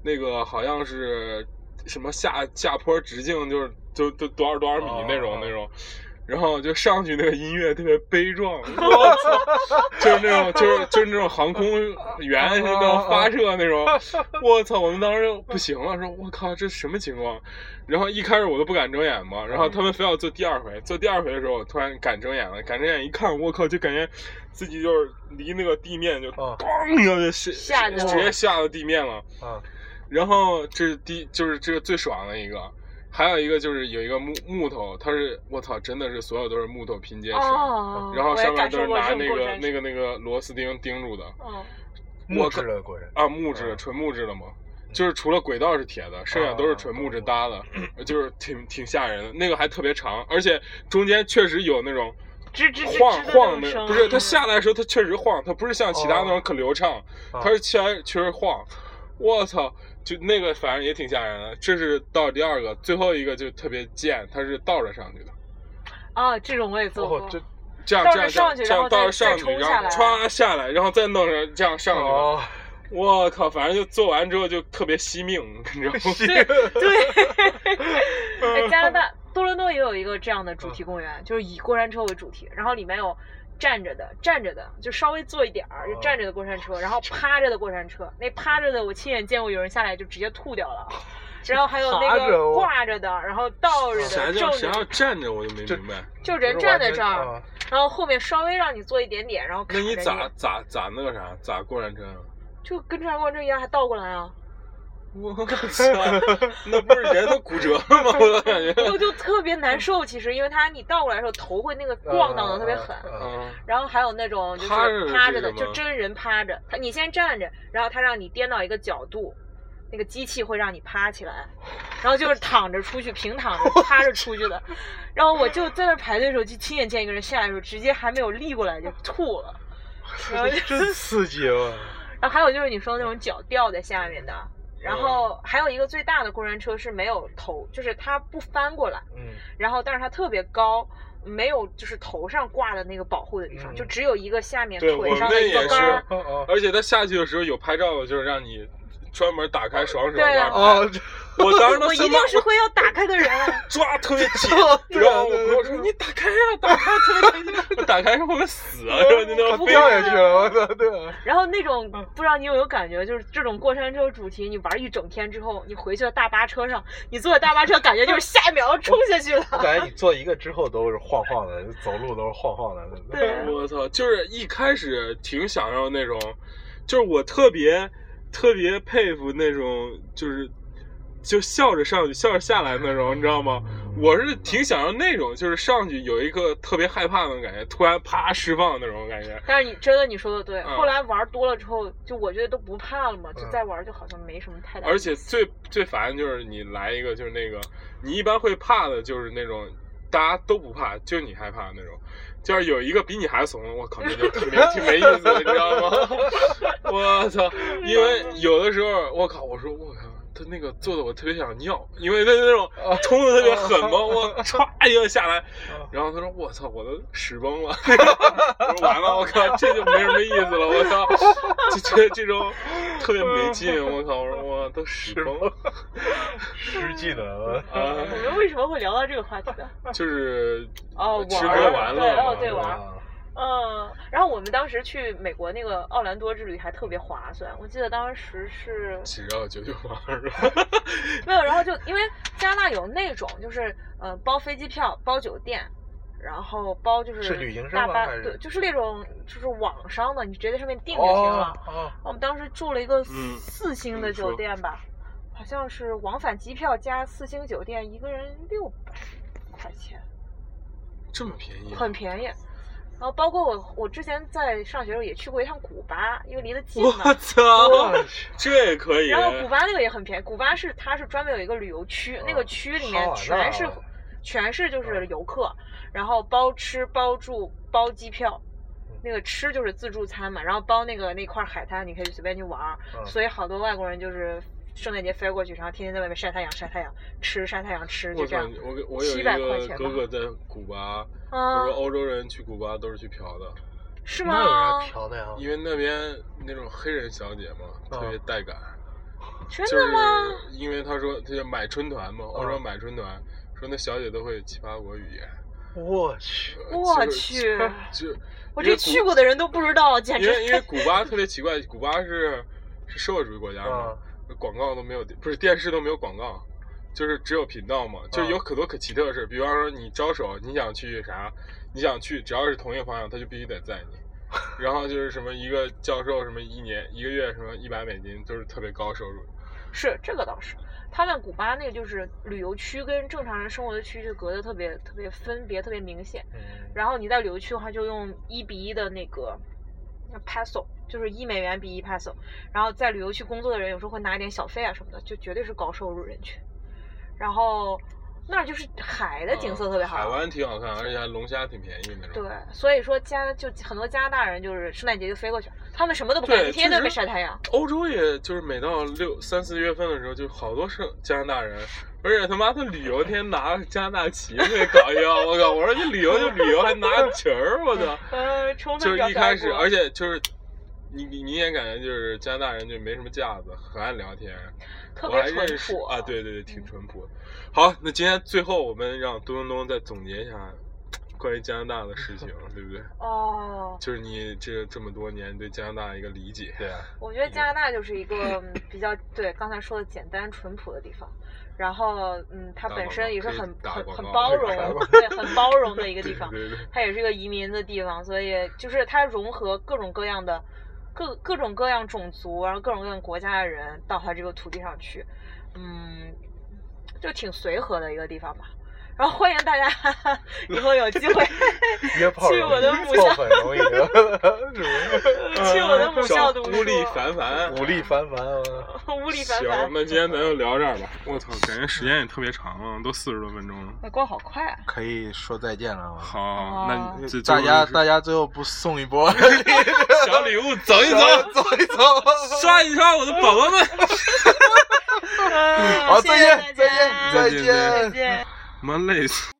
A: 那个好像是什么下下坡直径就是就就多少多少米那种、
B: 哦
A: 那种。然后就上去，那个音乐特别悲壮，我操，就是那种，就是就是那种航空员是那种发射那种，我操！我们当时不行了，说我靠，这什么情况？然后一开始我都不敢睁眼嘛，然后他们非要做第二回，做第二回的时候，我突然敢睁眼了，敢睁眼一看，我靠，就感觉自己就是离那个地面就
B: 哦
A: 咣一下就是
C: 下去了
A: 直接下到地面了。
B: 啊
A: 然后这是第就是这个最爽的一个，还有一个就是有一个木木头，它是我操，真的是所有都是木头拼接式，
C: 哦，
A: 嗯然后
C: 我也
A: 上面
C: 感
A: 都
C: 受
A: 是
C: 过
A: 拿
C: 这种
A: 那
C: 过
A: 个
C: 山
A: 那
C: 车，
A: 个那个螺丝钉钉住的。
C: 嗯，
B: 木质的果然，
A: 啊，木质的，
B: 嗯
A: 纯木质的嘛，就是除了轨道是铁的，剩下都是纯木质搭的，就是挺挺吓人的。那个还特别长，而且中间确实有那种
C: 吱吱吱
A: 晃
C: 吱的
A: 晃
C: 那种
A: 的，
C: 声，
A: 不是它下来的时候它确实晃，它不是像其他那种可流畅，
B: 啊
A: 它是确确实晃。我操，就那个反正也挺吓人的。这是到第二个，最后一个就特别贱，它是倒着上去的。
C: 啊，这种我也做
B: 哦
C: 过，
B: 这
A: 这样
C: 倒
A: 这
C: 着
A: 样
C: 上去
A: 这样
C: 然后再
A: 倒着上
C: 再
A: 去，然
C: 冲下
A: 后
C: 来
A: 歘下来，然后再弄上这样上去。
B: 哦，
A: 我靠，反正就做完之后就特别惜命，你知道吗？
C: 对对，哎，加 拿大多伦多也有一个这样的主题公园，就是以过山车为主题，然后里面有站着的、站着的，就稍微坐一点儿，就站着的过山车，
A: 哦
C: 然后趴着的过山车，那趴着的我亲眼见过有人下来就直接吐掉 了，然后还有那
B: 趴着
A: 哦
C: 个
B: 我
C: 挂着的，然后倒着
A: 啥
C: 的、
A: 叫
C: 正
A: 啥
C: 着
A: 叫
C: 的，
A: 站着，我就没明白。
C: 就人站在这儿，
B: 哦
C: 然后后面稍微让你坐一点点，然后卡
A: 哦那
C: 着
A: 你咋咋咋那个啥？咋过山车 啊？
C: 就跟正常过山车一样，还倒过来啊，
A: 我操，那不是人都骨折了吗？我都感觉。
C: 就就特别难受。其实，因为它你倒过来的时候，头会那个咣当的特别狠。
B: 哦
A: 嗯，
C: 然后还有那种就是
A: 趴着的
C: 趴
A: 是
C: 着的，
A: 什么
C: 就真人趴着，他你先站着，然后他让你颠到一个角度，那个机器会让你趴起来，然后就是躺着出去，平躺 着趴着出去的。然后我就在那排队的时候，就亲眼见一个人下来的时候，直接还没有立过来就吐了。然后就，
B: 真刺激 啊！
C: 然后还有就是你说的那种脚吊在下面的，然
A: 嗯
C: 后还有一个最大的过山车是没有头，就是它不翻过来。
B: 嗯，
C: 然后但是它特别高，没有就是头上挂的那个保护的地方，
B: 嗯
C: 就只有一个下面
A: 对
C: 腿
A: 我
C: 上
A: 们
C: 的一
A: 也
C: 个
A: 是
C: 杆儿。
B: 哦哦
A: 而且他下去的时候有拍照的，就是让你专门打开双手
C: 对啊
A: 那儿
B: 哦，
A: 拍。我当时
C: 我
A: 都
C: 一
A: 生怕
C: 定是会要啊打开的人，啊
A: 抓特别紧，
B: 对
A: 然后我
B: 对
A: 朋友说
B: 对对
A: 你打开呀，打开，啊特别 紧，我打开会不会死啊？
C: 嗯
A: 然后就那
B: 我
A: 种
B: 掉下去了，我操！对啊，
C: 然后那种
A: 嗯
C: 不知道你有没有感觉，就是这种过山车主题，你玩一整天之后，你回去了大巴车上，你坐在大巴车，感觉就是下一秒要冲下去
B: 我
C: 了。
B: 感觉你做一个之后都是晃晃的，走路都是晃晃的。
C: 对
A: 我操，就是一开始挺享受那种，就是我特别特别佩服那种，就是就笑着上去，笑着下来那种，你知道吗？我是挺享受那种，就是上去有一个特别害怕的感觉，突然啪释放那种感觉。
C: 但是你真的你说的对，
A: 嗯
C: 后来玩多了之后，就我觉得都不怕了嘛，就
B: 嗯
C: 再玩就好像没什么太大。
A: 而且最最烦就是你来一个就是那个，你一般会怕的就是那种大家都不怕，就你害怕那种。就是有一个比你还怂的，我靠，那就挺没挺没意思的，你知道吗？ 我操！因为有的时候，我靠，我说我靠，他那个做的我特别想尿，因为他那种冲的特别狠嘛， 我歘一下下来，然后他说我操，我都屎崩了， 我说完了，我靠，这就没什么意思了，我操，这这这种特别没劲，我靠，我说我都屎崩了
B: 失呃禁了。
A: 啊
C: 我，们为什么会聊到这个话题呢？啊
A: 就是
C: 哦，
A: 吃
C: 玩儿
A: 播完了
C: 对，哦
A: 嘛
B: 啊
C: 对玩儿，嗯，然后我们当时去美国那个奥兰多之旅还特别划算，我记得当时是
A: 只要九九八是吧？
C: 没有，然后就因为加拿大有那种就是呃包飞机票、包酒店，然后包就是
B: 是旅行社
C: 大
B: 吗
C: 巴，
B: 还是
C: 对，就是那种就是网商的，你直接在上面订就行了
B: 哦。哦，
C: 我们当时住了一个
A: 嗯
C: 四星的
A: 你说
C: 酒店吧，好像是往返机票加四星酒店，一个人六百块钱，
A: 这么便宜啊？
C: 很便宜。然后包括我，我之前在上学的时候也去过一趟古巴，因为离得近嘛。
A: 我操，
B: 我去，
A: 这也可以。
C: 然后古巴那个也很便宜，古巴是它是专门有一个旅游区，那个区里
B: 好
C: 面
B: 玩啊
C: 全是全是就是游客，然后包吃包住包机票
B: 嗯，
C: 那个吃就是自助餐嘛，然后包那个那块海滩，你可以随便去玩儿，
B: 嗯
C: 所以好多外国人就是圣诞节飞过去，然后天天在外面晒太阳晒太阳吃晒太阳吃就
A: 我
C: 这样
A: 感，觉我给我有一
C: 700块
A: 个
C: 钱吧
A: 哥哥在古巴，他说
C: 嗯，
A: 欧洲人去古巴都是去嫖的，
C: 是
B: 那有
C: 吗
B: 啥？嫖的呀？
A: 因为那边那种黑人小姐嘛，
B: 啊
A: 特别带感。
C: 真
A: 就
C: 的
A: 是
C: 吗？
A: 因为他说他就买春团嘛，欧洲买春团，说那小姐都会七八国语言。
B: 我去，
A: 呃
C: 我
A: 就是
C: 去，
A: 就
C: 我
A: 因
C: 这
A: 为
C: 去
A: 古
C: 过的人都不知道，简
A: 因为因为
C: 直。
A: 古巴特别奇怪，古巴是是社会主义国家嘛
B: 啊，
A: 广告都没有，不是电视都没有广告，就是只有频道嘛，就有可多可奇特的事。比方说你招手，你想去啥，你想去，只要是同一个方向，他就必须得载你。然后就是什么一个教授什么一年一个月什么一百美金，就是特别高收入。
C: 是这个倒是，他们古巴那个就是旅游区跟正常人生活的区就隔得特别特别分别特别明显。
B: 嗯，
C: 然后你在旅游区的话，就用一比一的那个那 peso，就是一美元比一 peso。然后在旅游区工作的人有时候会拿一点小费啊什么的，就绝对是高收入人群。然后那儿就是海的景色特别好，
A: 嗯海湾挺好看，而且还龙虾挺便宜那种。
C: 对，所以说加就很多加拿大人就是圣诞节就飞过去了，他们什么都不干，
A: 对，
C: 天
A: 确
C: 天
A: 实
C: 在那边晒太阳。
A: 欧洲也就是每到六三四月份的时候，就好多是加拿大人，而且他妈他旅游天天拿加拿大旗，特别搞笑。我靠，我说你旅游就旅游，还拿旗儿，我 操！
C: 呃，充分
A: 就是
C: 表
A: 一
C: 达
A: 开始，
C: 过
A: 而且就是你你你也感觉就是加拿大人就没什么架子，很爱聊天，
C: 特
A: 我
C: 别
A: 还
C: 淳
A: 认识
C: 朴嗯
A: 啊，，对对对，挺淳朴的。好，那今天最后我们让东东东再总结一下关于加拿大的事情，对不对？
C: 哦，
A: 就是你这这么多年对加拿大一个理解。
B: 对啊，
C: 我觉
A: 嗯
C: 得加拿大就是一个嗯比较对刚才说的简单淳朴的地方，然后嗯，它
A: 打
C: 本
A: 广告
C: 身也是
A: 可以
C: 很
A: 打
C: 很
A: 广
C: 很
A: 告
C: 包
A: 可以
C: 容
A: 打广，
C: 对，很包容的一个地
A: 对
C: 方，
A: 对对。
C: 它也是一个移民的地方，所以就是它融合各种各样的各各种各样种族，然后各种各样国家的人到它这个土地上去，嗯，就挺随和的一个地方吧。然后欢迎大家 以后有机会
B: 约炮
C: 去
B: 容
C: 我 的
B: 易
C: 母
B: 泡
C: 校
B: 粉容易，呃是
C: 去我
A: 呃
C: 的母校读书，
A: 孤立凡凡
B: 不是？，武力翻翻啊！
C: 无力凡
A: 行，
C: 凡，
A: 那今天咱就聊这儿吧。我操，感觉时间也特别长了，都四十多分钟了。
C: 哎过好快啊！
B: 可以说再见了吗？
C: 哦
A: 好，那你这
B: 大家
A: 就是
B: 大家最后不送 一波，
A: 小礼物走一 走，
B: 走一走，
A: 刷一刷我的宝宝们。
C: 好嗯
B: 好，再见，再见，
A: 再见
B: 见
C: 再见。
A: 妈累死。